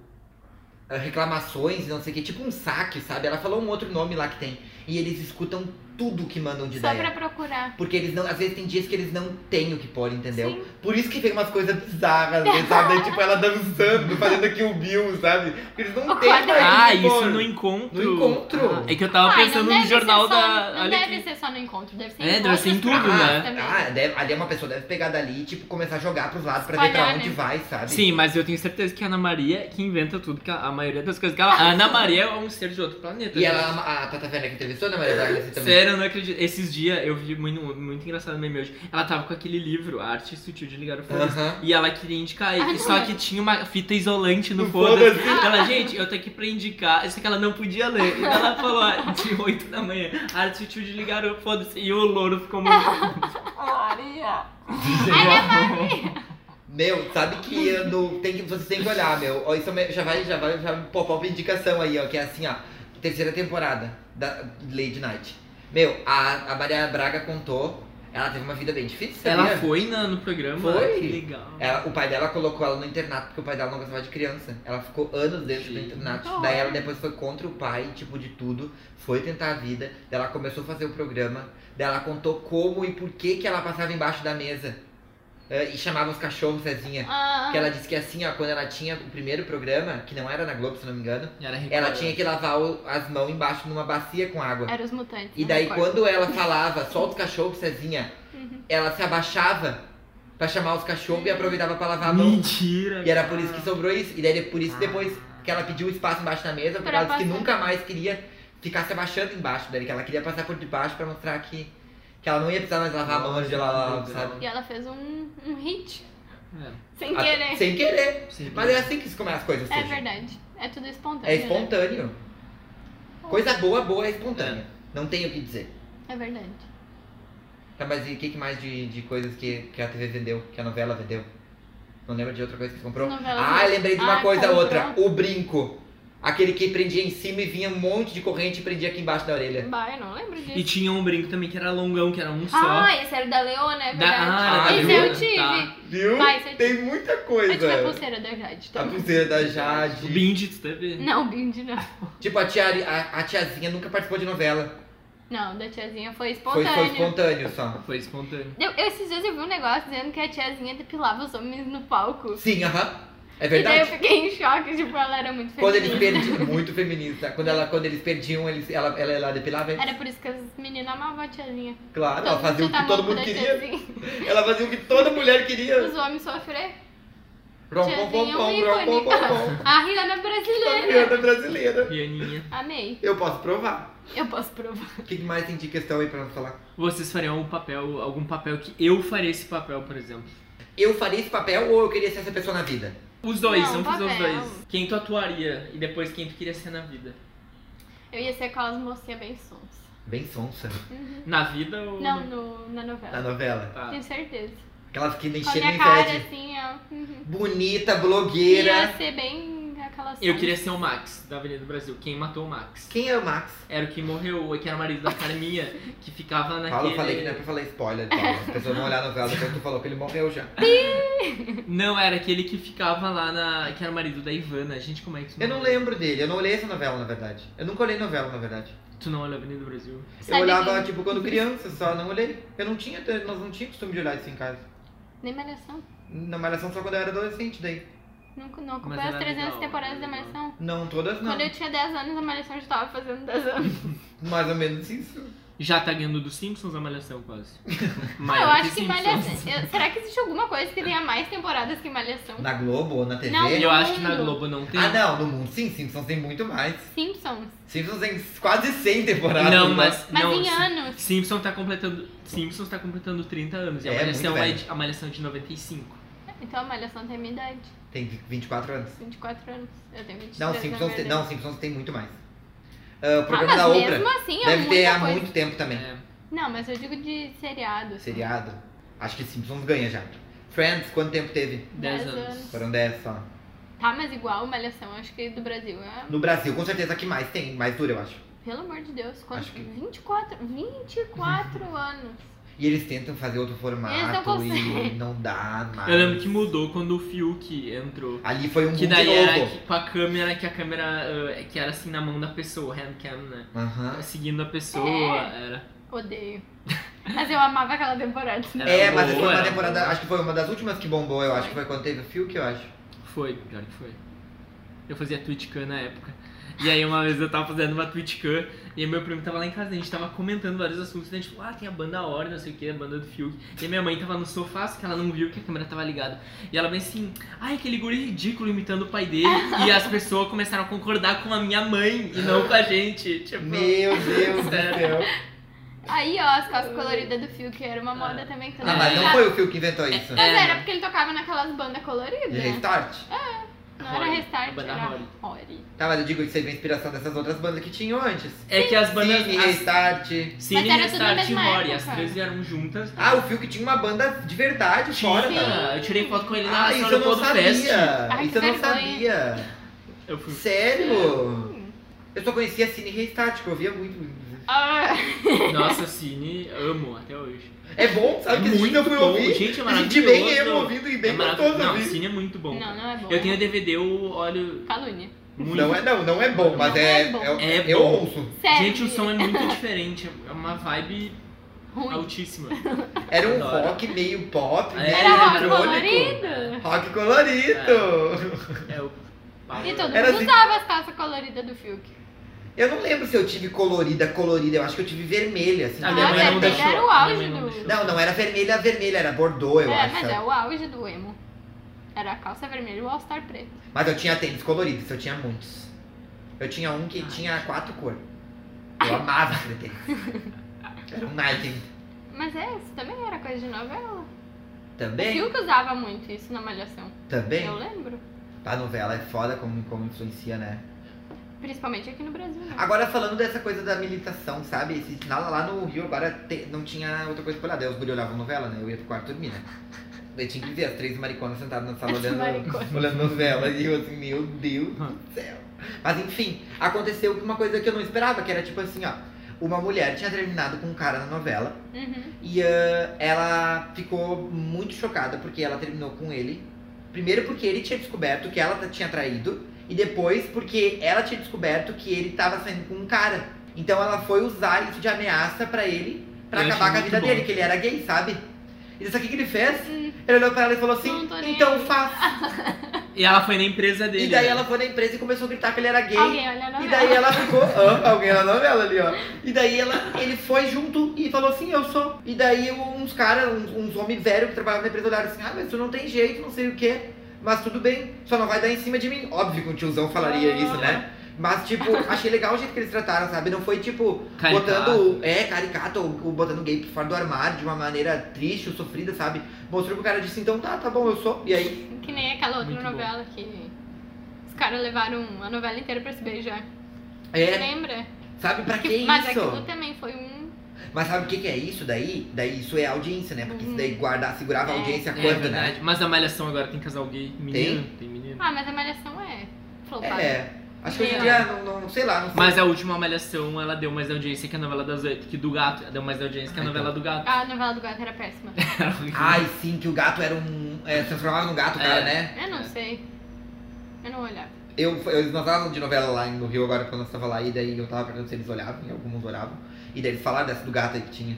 D: é, Reclamações, não sei o que, tipo um saque, sabe? Ela falou um outro nome lá que tem. E eles escutam tudo que mandam de
A: Só
D: ideia.
A: pra procurar.
D: Porque eles não. Às vezes tem dias que eles não têm o que pôr, entendeu?
A: Sim.
D: Por isso que vem umas coisas bizarras, às vezes, sabe? Daí, tipo, ela dançando, fazendo aqui o Bill, sabe? Porque eles não
A: O
D: têm
A: quadro-
D: mais o
C: Ah,
D: que
C: isso
D: pôr.
C: no encontro.
D: No encontro.
C: Ah, é que eu tava
A: Ai,
C: pensando
A: não
C: no
A: deve ser
C: jornal
A: só- um,
C: da.
A: Não
C: olha
A: deve
C: que-
A: ser só no encontro, deve ser
C: É,
A: em
C: deve ser em
A: outros
C: tudo,
A: programas
C: né?
A: também.
D: Ah, deve- ali uma pessoa deve pegar dali e, tipo, começar a jogar pros lados pra ver pra
A: Espalhar,
D: onde
A: né?
D: vai, sabe?
C: Sim, mas eu tenho certeza que é a Ana Maria que inventa tudo, que a, a maioria das coisas que ela. A Ana Maria é um ser de outro planeta.
D: E
C: né?
D: ela, ah, a Tata Werneck entrevistou, né, Maria Braga, assim, também.
C: Sério, eu não acredito. Esses dias eu vi muito, muito engraçado no meme hoje. Ela tava com aquele livro, A Arte Sutil de Ligar o Foda.
D: Aham.
C: E ela queria indicar
A: Ai,
C: ele,
A: não
C: só
A: é.
C: que tinha uma fita isolante no
D: No
C: foda-se.
D: foda-se.
C: Ela, gente, eu tô aqui pra indicar. Isso que ela não podia ler. E ela falou, ó, de 8 da manhã, arte sutil de ligar o foda-se. E o louro ficou muito.
A: Maria. é
D: Meu, sabe que eu não- tem que, vocês têm que olhar, meu. Ó, isso me- já vai, já vai, já popou uma indicação aí, ó, que é assim, ó. Terceira temporada da Lady Night. Meu, a, a Maria Braga contou, ela teve uma vida bem difícil, sabia?
C: Ela foi na- no programa?
D: Foi.
C: Que legal.
D: Ela- o pai dela colocou ela no internato porque o pai dela não gostava de criança. Ela ficou anos dentro do
C: Sim.
D: internato.
A: Olha.
D: Daí ela depois foi contra o pai, tipo, de tudo. Foi tentar a vida. Daí ela começou a fazer o programa. Daí ela contou como e por que que ela passava embaixo da mesa. eh, E chamava os cachorros Cezinha.
A: Ah,
D: Que ela disse que assim, ó, quando ela tinha o primeiro programa, que não era na Globo, se não me engano,
C: Era
D: ela
C: Record.
D: tinha que lavar o- as mãos embaixo numa bacia com água.
A: Era os mutantes.
D: E
A: não
D: daí
A: recordo.
D: quando ela falava, solta os cachorros, Cezinha, ela se abaixava pra chamar os cachorros e aproveitava pra lavar a mão.
C: Mentira.
D: E era por
C: cara.
D: isso que sobrou isso. E daí de- por isso depois que ela pediu espaço embaixo da mesa, porque
A: Pra
D: ela disse que
A: passar.
D: nunca mais queria ficar se abaixando embaixo dele, que ela queria passar por debaixo pra mostrar que, que ela não ia precisar mais lavar a mão antes de ela lavar, sabe?
A: E ela fez um, um hit.
C: É,
A: Sem
D: Até-
A: querer.
D: Sem querer.
C: sim.
D: Mas é assim que se come as coisas
A: É
D: surgem.
A: verdade. É tudo
D: É
A: espontâneo. né?
D: espontâneo. Coisa boa, boa é espontânea. Não tenho o que dizer.
A: É verdade.
D: Tá, mas e o que, que mais de, de coisas que, que a TV vendeu, que a novela vendeu? Não lembro de outra coisa que você comprou?
A: Novela
D: ah,
A: vendeu.
D: lembrei de uma
A: Ah,
D: coisa
A: comprou.
D: outra. O brinco. Aquele que prendia em cima e vinha um monte de corrente e prendia aqui embaixo da orelha.
A: Bah, eu não lembro disso.
C: E tinha um brinco também que era longão, que era um só.
A: Ah, esse era da Leona, é
C: Da-
A: verdade.
C: ah,
D: era da
A: esse
D: Leona, é.
A: eu tive.
C: tá.
D: Viu?
A: Vai, você-
D: Tem muita
A: Eu tive a
D: coisa.
A: pulseira da Jade.
D: A
A: também.
D: pulseira da
C: O
D: Jade.
C: Bindi, tu teve?
A: Não, Bindi não.
D: Tipo, a, tia, Ari- a, a tiazinha nunca participou de novela.
A: Não, da tiazinha foi
D: Foi,
A: espontâneo.
D: foi espontâneo só.
C: Foi espontâneo.
A: Eu, eu esses dias eu vi um negócio dizendo que a tiazinha depilava os homens no palco.
D: Sim, aham. É
A: E daí eu
D: verdade.
A: fiquei em choque, tipo, ela era muito
D: Quando
A: feliz.
D: eles perdiam, muito feminista. Quando, ela, quando eles perdiam, eles, ela, ela, ela depilava. é? eles.
A: Era por isso que as meninas amavam a tiazinha.
D: Claro, ela fazia o
A: mundo
D: que todo mundo
A: da
D: queria.
A: tiazinha.
D: Ela fazia o que toda mulher queria.
A: Os homens sofrer.
D: Rom, pom, pom,
A: Tiazinha é um
D: pom, rom, pom,
A: ícone.
D: pom, pom.
A: A Rihanna é brasileira.
D: Campeã brasileira.
C: Pianinha.
A: Amei.
D: Eu posso provar.
A: Eu posso provar.
D: O que que mais tem de questão aí pra nós falar?
C: Vocês fariam um papel, algum papel que eu faria esse papel, por exemplo?
D: Eu faria esse papel ou eu queria ser essa pessoa na vida?
C: Os dois,
A: Não, um
C: vamos fazer os
A: papel.
C: dois. Quem tu atuaria e depois quem tu queria ser na vida?
A: Eu ia ser aquelas mocinhas bem sons.
D: Bem sonsa.
C: Na vida ou.
A: Não, no, na
D: Na
A: novela.
D: novela.
C: Tá.
A: Tenho certeza.
D: Aquelas que nem
A: Com a
D: cheiram
A: minha
D: nem
A: cara,
D: fede.
A: assim, ó. Uhum.
D: Bonita,
A: Ia
D: blogueira.
A: ser bem aquela
C: Eu queria ser o Max, da Avenida do Brasil. Quem matou o Max?
D: Quem é o Max?
C: Era o que morreu, é que era o marido da Carminha, que ficava naquele.
D: Paulo, eu falei que não é pra falar spoiler, Paulo. As pessoas vão olhar a novela depois que tu falou que ele morreu já.
C: Não, era aquele que ficava lá na. que era o marido da Ivana. Gente, como é que tu
D: Eu não lembro dele, eu não olhei essa novela, na verdade. Eu nunca olhei novela, na verdade.
C: Tu não olha a Avenida do Brasil?
D: Eu
A: Sabe
D: olhava,
A: quem-
D: tipo, quando criança só, não olhei. Eu não tinha, nós não tínhamos costume de olhar isso em casa.
A: Nem Malhação.
D: Na Malhação só quando eu era adolescente, daí.
A: Nunca- Não
C: Mas
A: acompanhei
C: era
A: as 300
C: legal,
A: temporadas
C: era
A: da
C: legal.
A: Malhação.
D: Não, todas não.
A: Quando eu tinha 10 anos, a Malhação já tava fazendo 10 anos.
D: Mais ou menos isso.
C: Já tá ganhando dos Simpsons a Malhação quase.
A: Ah,
C: Maior
A: eu acho que
C: Simpsons.
A: Malhação. eu- Será que existe alguma coisa que tenha mais temporadas que Malhação?
D: Na Globo ou na TV?
A: Não,
C: Eu acho que na
A: mundo.
C: Globo não tem.
D: Ah, não, no mundo sim, Simpsons tem muito mais.
A: Simpsons.
D: Simpsons tem quase 100 temporadas.
C: Não,
D: né?
C: mas.
A: Mas
C: não,
A: em
C: Sim-
A: anos.
C: Simpsons tá completando. Simpsons tá completando 30 anos. E a
D: É,
C: Malhação
D: muito
C: é,
D: velho.
C: de, a Malhação é de 95.
A: Então a Malhação tem minha idade.
D: Tem 24 anos.
A: 24 anos. Eu tenho 23
D: Não,
A: na
D: Simpsons tem,
A: verdade.
D: não, Simpsons tem muito mais. Ah, o
A: Ah,
D: programa
A: mas
D: da Oprah.
A: mesmo assim é
D: Deve
A: muita
D: ter há
A: coisa.
D: muito tempo também.
C: É.
A: Não, mas eu digo de seriado. assim.
D: Seriado. Acho que Simpsons ganha já. Friends, quanto tempo teve?
C: 10
A: Dez
C: anos.
A: anos.
D: Foram 10 só.
A: Tá, mas igual Malhação, acho que do Brasil é.
D: No Brasil, com certeza que mais tem, mais dura, eu acho.
A: Pelo amor de Deus, quanto?
D: Acho que-
A: 24, 24 anos.
D: E eles tentam fazer outro
A: Eles não
D: formato e
A: conseguem.
D: não dá mais.
C: Eu lembro que mudou quando o Fiuk entrou.
D: Ali foi um
C: Que
D: boom
C: daí
D: de
C: era
D: novo.
C: que- com a câmera, que a câmera. ah, que era assim na mão da pessoa, handcam, né?
D: Aham.
C: Seguindo a pessoa,
A: É.
C: era.
A: Odeio. Mas eu amava aquela temporada.
C: Era
D: É, mas
C: boa,
D: foi uma
C: era
D: temporada,
C: boa.
D: acho que foi uma das últimas que bombou, eu acho que foi quando teve o Fiuk, eu acho.
C: Foi, pior que foi. Eu fazia TwitchCam na época. E aí uma vez eu tava fazendo uma TwitchCam e aí meu primo tava lá em casa, a gente tava comentando vários assuntos, e a gente falou, ah, tem a banda Hora, não sei o que, a banda do Fiuk. E a minha mãe tava no sofá, só que ela não viu que a câmera tava ligada. E ela bem assim, ai, aquele guri ridículo imitando o pai dele. e as pessoas começaram a concordar com a minha mãe e não com a gente. Tipo,
D: Meu Deus do
C: Sério.
D: céu.
A: Aí, ó, as calças coloridas do Fiuk era uma moda também que eu
D: Ah, mas não
A: gostava.
D: foi o Fiuk que inventou isso.
A: Mas
C: É.
A: era porque ele tocava naquelas bandas coloridas.
D: De restart?
A: Não era
C: Rory,
A: restart,
C: a banda
A: era
C: Rory.
A: Rory.
D: Tá, mas eu digo que teve a inspiração dessas outras bandas que tinham antes.
C: É que as bandas.
D: Cine,
C: as-
D: Restart.
C: Cine,
A: Mas era tudo na
C: Restart e
A: mesma
C: Rory,
A: época.
C: as três vieram juntas.
D: Ah, o Fiuk tinha uma banda de verdade fora, tá?
C: Tinha, eu tirei foto com ele na
D: Ah, isso
C: Senhora
D: eu não
C: do Fest.
D: sabia.
A: Ai,
D: Isso eu
A: que
D: não
A: vergonha.
D: sabia.
C: Eu fui
D: Sério?
A: Hum.
C: É.
D: Eu só conhecia Cine Restart, que eu via muito.
A: Ah,
C: Nossa, Cine, amo até hoje.
D: É bom, sabe?
C: é
D: que
C: muito
D: eu fui
C: bom.
D: ouvir.
C: Gente, é
D: A
C: maravilhoso.
D: gente bem eu ouvindo e bem
C: é
D: gostoso
C: maravilhoso. Não,
D: ouvir.
C: Cine é muito bom.
A: não, não é bom.
C: Eu tenho DVD, eu olho
A: Calúnia.
C: muito.
D: Não é, não, não é bom, mas
A: Não
D: é,
A: é bom.
D: é-
C: É
D: eu
C: bom.
D: ouço.
A: Sério.
C: Gente, o som é muito diferente. É uma vibe
A: ruim.
C: altíssima.
D: Era um
C: Adoro.
D: rock meio pop, meio
C: É,
A: Era rock
C: eletrônico.
A: colorido.
D: Rock colorido.
C: É o.
A: E todo
C: É,
D: Era
A: mundo
D: assim-
A: usava as calças coloridas do Fiuk.
D: Eu não lembro se eu tive colorida, colorida. Eu acho que eu tive vermelha, assim.
C: A
A: Ah,
C: minha mãe
A: velho,
C: não
A: ele era o auge
C: Minha mãe não
A: do-
C: deixou.
D: Não, não era vermelha, vermelha, era bordô, eu
A: é,
D: acho.
A: mas
D: sabe?
A: é o auge do emo. Era a calça vermelha e o all-star preto.
D: Mas eu tinha tênis coloridos, eu tinha muitos. Eu tinha um que
C: Ai.
D: tinha quatro cores. Eu amava aquele tênis. Era um Nike
A: Mas é, isso também era coisa de novela. O
D: também.
A: Fiuk usava muito isso na Malhação.
D: Também.
A: Eu lembro.
D: A novela é foda como, como influencia, né?
A: Principalmente aqui no Brasil. Né?
D: Agora falando dessa coisa da militação, sabe? Esse, lá, lá no Rio agora te- não tinha outra coisa pra olhar. Daí os guri olhavam novela, né? Eu ia pro quarto dormir, né? Daí tinha que ver as três mariconas sentadas na sala
A: As
D: olhando,
A: mariconas.
D: olhando novela. E eu assim, meu Deus do céu. Mas enfim, aconteceu uma coisa que eu não esperava, que era tipo assim, ó. Uma mulher tinha terminado com um cara na novela.
A: Uhum.
D: E ah, ela ficou muito chocada porque ela terminou com ele. Primeiro porque ele tinha descoberto que ela t- tinha traído. E depois porque ela tinha descoberto que ele tava saindo com um cara. Então ela foi usar isso de ameaça pra ele, pra
C: Eu achei
D: acabar com a vida
C: muito bom.
D: dele, que ele era gay, sabe? E sabe o que que ele fez?
A: Hum.
D: Ele olhou pra ela e falou assim,
A: Não tô nem
D: então
A: aí."
D: faz.
C: E ela foi na empresa dele.
D: E daí
C: né?
D: ela foi na empresa e começou a gritar que ele era gay.
A: Alguém olha a novela.
D: E daí ela ficou, ah, alguém na novela ali, ó. E daí ela, ele foi junto e falou assim, eu sou. E daí uns caras, uns, uns homens velhos que trabalhavam na empresa olharam assim, ah, mas tu não tem jeito, não sei o quê. Mas tudo bem, só não vai dar em cima de mim. Óbvio que um tiozão falaria
A: Ah.
D: isso, né? Mas, tipo, achei legal o jeito que eles trataram, sabe? Não foi, tipo,
C: Caricato.
D: botando... É, caricato, ou, ou botando gay fora do armário de uma maneira triste ou sofrida, sabe? Mostrou pro cara, disse, então tá, tá bom, eu sou. E aí,
A: né? Que nem aquela outra
C: Muito bom.
A: novela que os caras levaram a novela inteira pra se beijar.
D: é,
A: Lembra?
D: sabe? Pra que
A: Que-
D: isso?
A: mas aquilo também foi um.
D: Mas sabe o que, que é isso daí? Daí isso é audiência, né? Porque isso daí guardar, segurava a
A: É.
D: audiência
C: É,
D: quanto,
C: verdade.
D: né?
C: Mas a Malhação agora tem casal gay. Menino, tem, menino.
A: Ah, mas a Malhação é flopada.
D: É. Acho que hoje em
A: Meu.
D: dia, não, não- sei lá, não sei.
C: Mas a última Malhação, ela deu mais audiência que a novela das oito, que do gato. Ela deu mais audiência que a
D: Ah,
C: novela do gato.
A: A novela do gato era péssima.
C: Era horrível.
D: Ai, sim, que o gato era um. É, se transformava num gato, o cara,
C: É.
D: né?
A: Eu não sei. Eu não olhava.
D: Eu, eu, nós tava de novela lá no Rio agora quando nós tava lá, e daí eu tava perguntando se eles olhavam, e alguns olhavam. E daí eles falaram dessa do gato aí que tinha.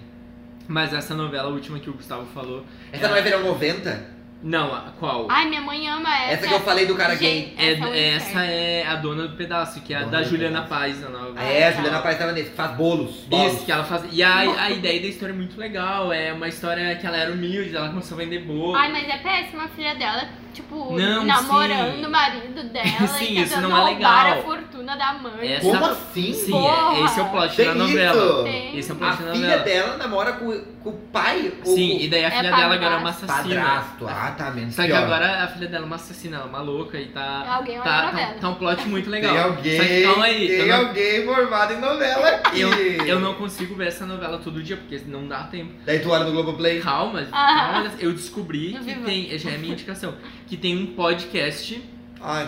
C: Mas essa novela última que o Gustavo falou.
D: Essa não é verão 90?
C: Não, a- qual?
A: Ai, minha mãe ama essa.
D: Essa que eu falei do cara gay.
A: Gente,
C: É-
A: essa é o inferno.
C: essa é a dona do pedaço, que é a
D: Dona
C: da
D: do
C: Juliana
D: pedaço.
C: Paz, a nova.
D: Ah, é, a
A: tá.
D: Juliana Paz tava nesse, que faz bolos. bolos.
C: Isso, que ela faz. E a, a ideia da história é muito legal. É uma história que ela era humilde, ela começou a vender bolo.
A: Ai, mas é péssima a filha dela, tipo,
C: Não,
A: namorando
C: sim.
A: o marido dela
C: Sim,
A: e
C: isso
A: tentando
C: não é
A: roubar
C: legal.
A: a fortuna da mãe.
C: Essa- é
D: Como assim?
C: Sim,
A: porra!
C: é, esse é o plot
D: Tem
C: da novela.
D: isso?
A: Tem.
C: Esse é o
D: A
C: plot da
D: filha
C: novela.
D: dela namora com, com o pai? ou
C: Sim,
D: com
C: e daí a
A: É
C: filha dela agora é uma
A: padrasto.
C: assassina.
D: padrasto. Ah, tá, menos
C: Só que
D: pior.
C: agora a filha dela é uma assassina, ela é uma louca e tá.
A: Alguém olha
C: Tá,
A: é a novela.
C: tá, tá um plot muito legal.
D: Tem alguém,
C: Só que calma aí,
D: tem
C: eu não,
D: alguém formado em novela aqui.
C: eu não consigo ver essa novela todo dia, porque não dá tempo.
D: Daí tu olha no Globoplay.
C: Calma,
A: Ah.
C: calma, eu descobri
A: Eu
C: que
A: vivo.
C: tem, já é a minha indicação, que tem um podcast
D: Ai,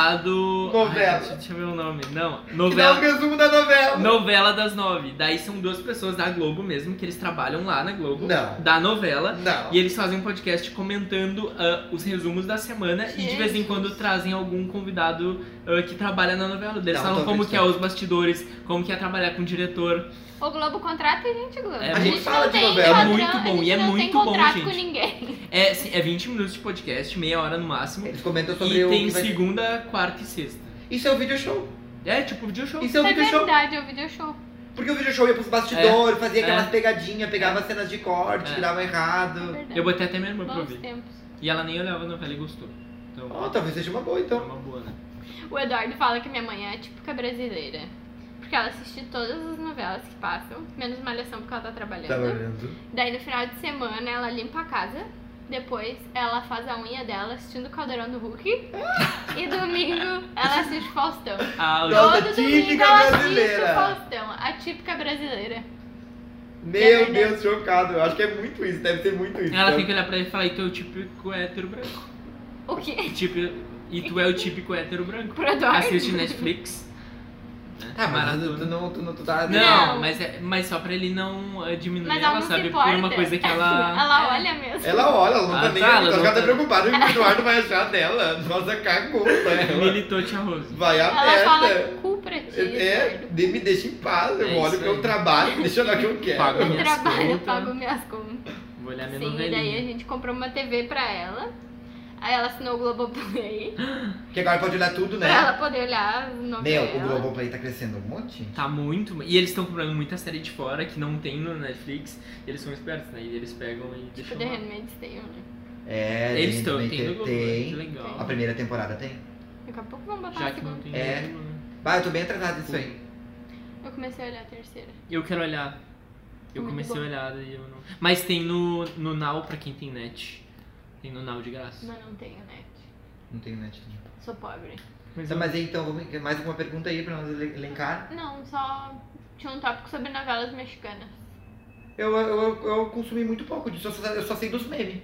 C: chamado.
D: Novela.
C: Ai, deixa, deixa eu ver o nome. Não,
D: que dá o
C: novela.
D: resumo da
A: um-
D: novela.
C: Novela das Nove. Daí são duas pessoas da Globo mesmo, que eles trabalham lá na Globo,
D: Não.
C: da novela.
D: Não.
C: E eles fazem um podcast comentando ah, os resumos da semana e de vez em
A: Jesus.
C: quando trazem algum convidado ah, que trabalha na novela. Eles
D: Não,
C: falam
D: tô
C: como que é
D: acreditando.
C: os bastidores, como que é trabalhar com o diretor.
A: O Globo contrata a gente, Globo.
C: É
A: a
C: muito-
A: gente
D: fala
A: não
D: de
A: tem
D: novela.
C: É
A: padrão,
C: muito bom,
A: a gente
C: e é
A: não
C: muito
A: tem
C: bom,
A: contrato com
C: gente.
A: ninguém.
C: É, sim, é 20 minutos de podcast, meia hora no máximo.
D: Eles comentam É sobre
C: E
D: o.
C: tem
D: que vai-
C: segunda, quarta e sexta.
D: Isso é o video show.
C: É tipo video show.
D: Isso é o
A: é
D: video show.
A: verdade, é o video show.
D: Porque o video show ia pros bastidores, fazia
C: é.
D: aquelas pegadinhas, pegava cenas de corte,
C: É.
D: que dava errado.
A: Verdade.
C: Eu botei até minha irmã pra
A: Bons
C: ouvir.
A: tempos.
C: E ela nem olhava a novela e gostou. Então,
D: Ó, talvez seja uma boa
C: é
D: então.
C: uma boa, né?
A: O Eduardo fala que minha mãe é típica brasileira. Porque ela assiste todas as novelas que passam, menos Malhação porque ela tá trabalhando.
D: Tá vendo?
A: Daí no final de semana ela limpa a casa. Depois ela faz a unha dela assistindo o Caldeirão do Hulk. e domingo ela assiste Faustão.
C: Ah, o
D: Não. Nossa,
A: Todo domingo
D: típica
A: ela
D: brasileira.
A: assiste Faustão. A típica brasileira. É
D: Meu
A: verdade.
D: Deus, chocado. Eu acho que é muito isso, deve ser muito isso. então.
C: Ela tem que olhar pra ele e falar, e tu é o típico hétero branco.
A: O quê?
C: E, tipo, e tu é o típico hétero branco.
A: Pro Eduardo.
C: Assiste Netflix. né?
D: Ah, mas tu,
C: Maratona.
D: tu não, tu não, tu tá...
C: Não,
A: Não.
C: mas, é, mas só pra ele não eh, diminuir
A: Mas ela
C: ela,
A: não se
C: sabe? Por
A: importa.
C: uma coisa que ela.
A: Ela
C: é.
A: olha mesmo.
D: Ela olha, ela não
C: Ah,
D: tá nem
C: tá,
D: aí,
C: ela
D: porque
C: não
D: ela tá
C: tá- É,
D: preocupada com o que o Eduardo vai achar dela. Nossa, cagou pra ela.
C: Militante a Rose.
D: Vai a
C: é,
A: Ela
D: merda.
A: fala cu pra ti.
D: É,
A: Eduardo.
D: de- me deixa em paz, eu
C: É
D: olho
C: isso
D: pra eu
C: aí.
D: trabalho, deixa eu olhar o que eu quero.
C: Pago
A: Eu
C: minhas
A: trabalho, eu
C: contas.
A: pago minhas contas.
C: Vou olhar minha
A: Sim, e daí a
C: novelinha.
A: gente comprou uma TV pra ela. Aí ela assinou o Globoplay
D: Porque agora pode olhar tudo, né?
A: pra ela poder olhar as
D: Meu,
A: novelas.
D: o Globoplay tá crescendo um monte.
C: Tá muito. E eles estão comprando muita série de fora que não tem no Netflix. Eles são espertos, né? E eles pegam e
A: Tipo
C: deixam.
A: The
C: lá.
A: Handmaid's Tale, né?
D: É,
C: Eles
D: tem-
C: estão,
D: tem-
C: tem no Globo.
D: tem.
C: Que legal.
D: A primeira temporada tem.
A: Daqui a pouco vão botar
C: Já
A: a
C: que não
A: segunda.
C: tem
D: É.
C: no Globo, né?
D: Bah, eu tô bem atrasado disso aí.
A: Eu comecei a olhar a terceira.
C: Eu quero olhar. Eu
A: Muito
C: comecei a
A: bom.
C: olhar e eu não. Mas tem no, no Now pra quem tem net. Tem no Now de graça.
A: Mas não tenho net.
D: Não tenho Netflix.
A: Sou pobre.
C: Mas
D: Tá, mas aí, então, vamos- mais alguma pergunta aí pra nós ele- elencar?
A: Não, só tinha um tópico sobre novelas mexicanas.
D: Eu, eu, eu, eu consumi muito pouco disso, eu só, eu só sei dos memes.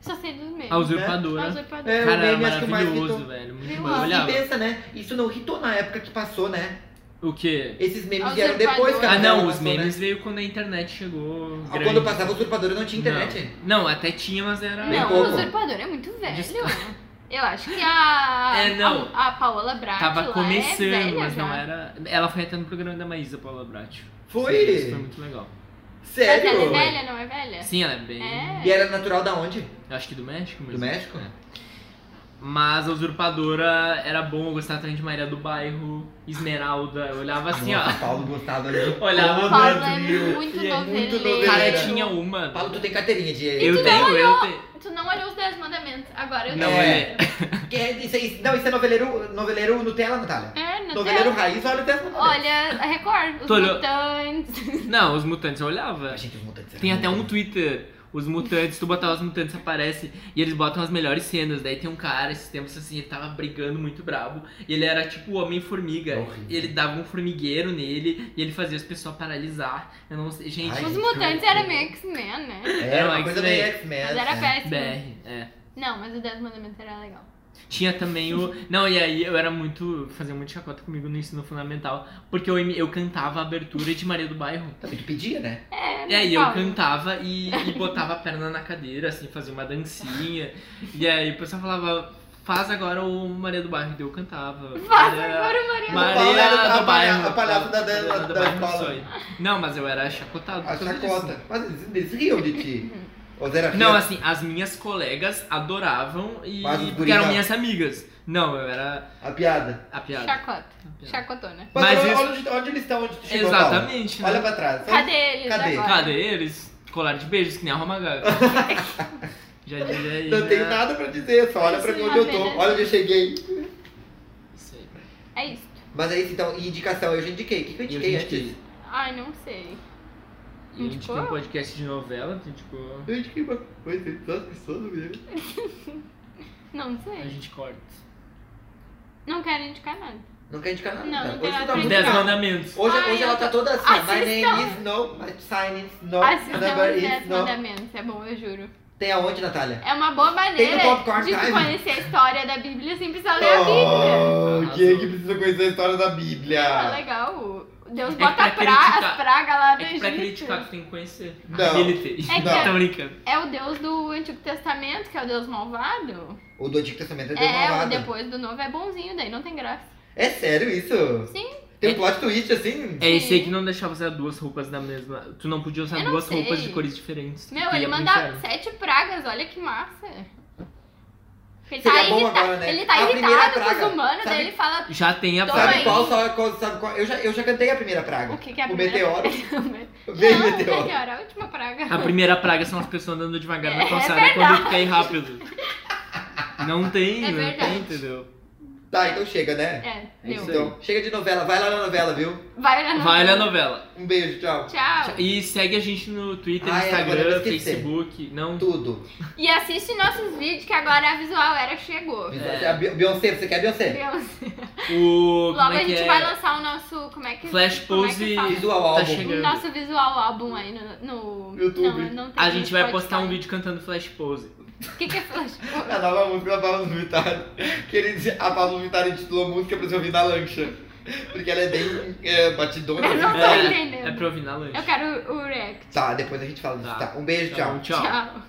A: Só sei dos memes.
C: A usurpadora.
A: Aos oito-
D: É,
C: Cara,
D: o meme acho que mais
C: maravilhoso,
D: hitou.
C: velho.
A: Eu
C: Muito bom.
A: amo.
C: Eu
D: E
C: olhava.
D: pensa, né? Isso não hitou na época que passou, né?
C: O quê?
D: Esses memes
A: Aos
D: vieram depois que a
C: Ah,
D: novela
C: não, os
D: passou,
C: memes
D: né?
C: veio quando a internet chegou.
D: Ah,
C: grande.
D: Quando passava o usurpador, não tinha internet.
C: Não, não, até tinha, mas era.
D: Bem
A: Não, o
D: pouco.
A: usurpador é muito
C: Des-
A: velho. Eu acho que a.
C: É, não.
A: A, a Paola Brat.
C: Tava
A: lá
C: começando,
A: é velha
C: mas não
A: já.
C: era. Ela foi até no programa da Maísa Paula Brat. Isso foi
D: Foi?
C: muito legal.
A: Mas ela é
D: Sério?
A: velha, não é velha?
C: Sim, ela é bem.
A: É.
D: E era natural da onde?
C: Eu Acho que do México mesmo.
D: Do México? É.
C: Mas a usurpadora era bom, eu gostava também de Maria do Bairro, Esmeralda. Eu olhava assim,
D: Nossa,
C: ó.
D: Paulo gostava de
C: Olhava
D: todo
A: Paulo é
D: trio.
A: muito
C: E é
D: muito
A: noveleiro.
C: Cara,
D: Era.
C: tinha uma.
D: Paulo, tu tem carteirinha de...
C: Eu tenho, eu tenho.
A: Tu não olhou os 10 mandamentos. Agora eu
C: Não,
D: É.
C: é.
D: Que é- isso aí- não, isso é noveleiro, noveleiro Nutella, Natália.
A: É, não
D: Noveleiro
A: tem.
D: raiz, olha o texto.
A: Olha, a Record, os
C: Tu olhou-
A: mutantes.
C: Não, os mutantes eu olhava.
D: Gente, os mutantes eram
C: Tem até um
D: muito-
C: Twitter. Os mutantes, tu botar os mutantes aparece e eles botam as melhores cenas. Daí tem um cara, esses tempos assim, ele tava brigando muito brabo. E ele era tipo o Homem-Formiga.
D: É Horrível.
C: E Ele dava um formigueiro nele e ele fazia as pessoas paralisar. Eu não sei. Gente, é.
D: Ai,
A: Os
D: que
A: mutantes
D: horror.
A: era meio X-Men, né?
D: É, uma
C: Era
D: coisa
C: X-Men.
D: meio X-Men.
A: Mas era
D: né?
A: péssimo.
C: BR, é.
A: Não, mas o 10 mandamentos era legal.
C: Tinha também o. Não, e aí eu era muito. Fazia muito chacota comigo no ensino fundamental. Porque eu, imi- eu cantava a abertura de Maria do Bairro.
D: Também tu pedia, né?
A: É,
C: E
A: não
C: aí eu
A: fala.
C: cantava e, e botava a perna na cadeira, assim, fazia uma dancinha. E aí o pessoal falava, faz agora o Maria do Bairro. E daí eu cantava.
A: Faz
C: Maria-
A: agora o Maria.
D: Maria- Paulo
C: Maria
D: era a
C: do
D: palha-
C: Bairro.
D: a palhaça da- da-
C: Maria
D: da-
C: do
D: da
C: Bairro,
D: escola.
A: É.
C: sonho. Não, mas eu era chacotado.
D: A
C: por causa
D: chacota. Mas eles, eles riam de ti. Ou zero
C: Não,
D: Não,
C: assim, as minhas colegas adoravam e
D: Mas os
C: porque eram
D: guris
C: minhas amigas. Não, eu era
D: a piada.
C: a piada.
A: Chacota. Chacotona.
D: Mas,
C: Mas
D: olha,
C: isso-
D: olha onde, onde eles estão, onde tu chegou, Paulo.
C: Exatamente. né?
D: Olha pra trás.
A: Cadê eles
D: Cadê?
A: agora?
C: Cadê eles? Colar de beijos, que nem a Roma Gaga. Já diria aí.
D: Não
C: né?
D: tenho nada pra dizer, só olha pra
A: Isso, é
D: onde eu tô,
A: apenas-
D: olha onde eu cheguei.
C: Isso aí.
A: É isso.
D: Mas é isso, então, e indicação, eu já indiquei. O que, que eu
C: E eu
D: indiquei antes?
C: indiquei.
A: Ai, não sei.
C: Eu indiquei um
A: Indicou?
C: podcast de novela, então, tipo, tu indicou.
D: Eu indiquei uma coisa, duas pessoas no meio.
A: Não
C: A
A: sei.
C: gente corta.
A: Não quero indicar nada.
D: Não quer indicar nada.
A: Não,
D: cara.
A: não tem
D: hoje tu
A: nada
D: tá
A: pra
C: Os
D: muito
C: 10
D: calmo.
C: mandamentos.
D: Hoje,
A: Ai,
D: hoje
A: eu
D: ela
A: tô-
D: tá toda assim, ó, my name is no, my sign is no,
A: Assistam
D: number
A: os
D: is
A: 10
D: no.
A: mandamentos, é bom, eu juro.
D: Tem aonde, Natália?
A: É uma boa maneira
D: Tem no Popcorn tá?
A: de tu
D: Time.
A: conhecer a história da Bíblia sem precisar ler a É Bíblia.
C: Arrasou.
D: Oh, quem é que precisa conhecer a história da
A: Ah,
D: Bíblia?
A: legal. Deus
C: É que
A: bota pra
C: pra criticar-
A: as pragas lá do
C: É que pra
A: Egito.
C: criticar tu tem que conhecer.
D: Não.
C: Habilitei.
A: É que-
C: Tô brincando.
A: É o Deus do Antigo Testamento, que é o Deus malvado.
D: O do Antigo Testamento é Deus
A: É, o
D: malvado.
A: depois do novo é bonzinho, daí não tem graça.
D: É sério isso?
A: Sim.
D: Tem um plot twist assim?
C: É esse aí que não deixava usar duas roupas da mesma. Tu não podia usar
A: Eu não
C: duas
A: sei.
C: roupas de cores diferentes. é
A: Meu,
C: Tu
A: ele
C: ia pro
A: manda
C: inferno.
A: sete pragas, olha que massa. Ele tá,
D: Seria bom
A: irrita-
D: agora, né?
A: ele tá
D: A primeira
A: irritado com
D: praga,
A: os humanos,
D: sabe-
A: daí ele fala
C: Já tem a
A: Toma
C: praga.
A: aí.
D: Sabe qual, só- qual- sabe qual? Eu já, eu já cantei a primeira praga.
A: o que, que é a
D: O
A: primeira
D: meteoro.
A: praga?
D: Vem,
A: não,
D: meteoro.
A: o meteoro é a última praga.
C: A primeira praga são as pessoas andando devagar na
A: É
C: calçada quando tu quer ir rápido. Não tem,
A: É
C: não
A: verdade.
C: tem, entendeu?
D: Tá, então chega, né?
A: É,
C: É isso
A: deu.
C: aí.
D: Então, chega de novela. Vai lá na novela, viu?
A: Vai olhar no...
C: Vai olhar a novela.
D: Um beijo, tchau.
A: Tchau.
C: E segue a gente no Twitter,
D: Ah, é, agora eu
C: Instagram,
D: esqueci.
C: Facebook. Não.
D: Tudo.
A: E assiste nossos vídeos, que agora a Visual Era chegou.
C: É.
D: A Be- Beyoncé, você quer a Beyoncé?
A: Deus.
C: O.
A: Logo
C: É. como é
A: a
C: que
A: gente
C: é?
A: vai lançar o nosso... Como é que...
C: Flash
A: como é que
C: Pose.
A: fala?
D: Visual
C: Tá
D: álbum.
C: chegando.
A: O nosso visual álbum aí no... no...
D: YouTube.
A: Não, não tem
C: A gente vai
A: Spotify.
C: postar um vídeo cantando Flash Pose.
A: O que, que é Flash Pose?
D: A nova música da Pablo Vittar. Que ele, diz- a Pablo Vittar intitulou a música pra você ouvir na lancha. Porque ela é bem é, batidona.
A: Eu não tá-
D: assim.
A: tô
C: É,
A: entendendo.
C: É pra ouvir na lanche.
A: Eu quero o react.
D: Tá, depois a gente fala disso.
C: Tá.
D: Tá. Um beijo,
C: Tá bom,
D: tchau.
C: tchau.
A: Tchau.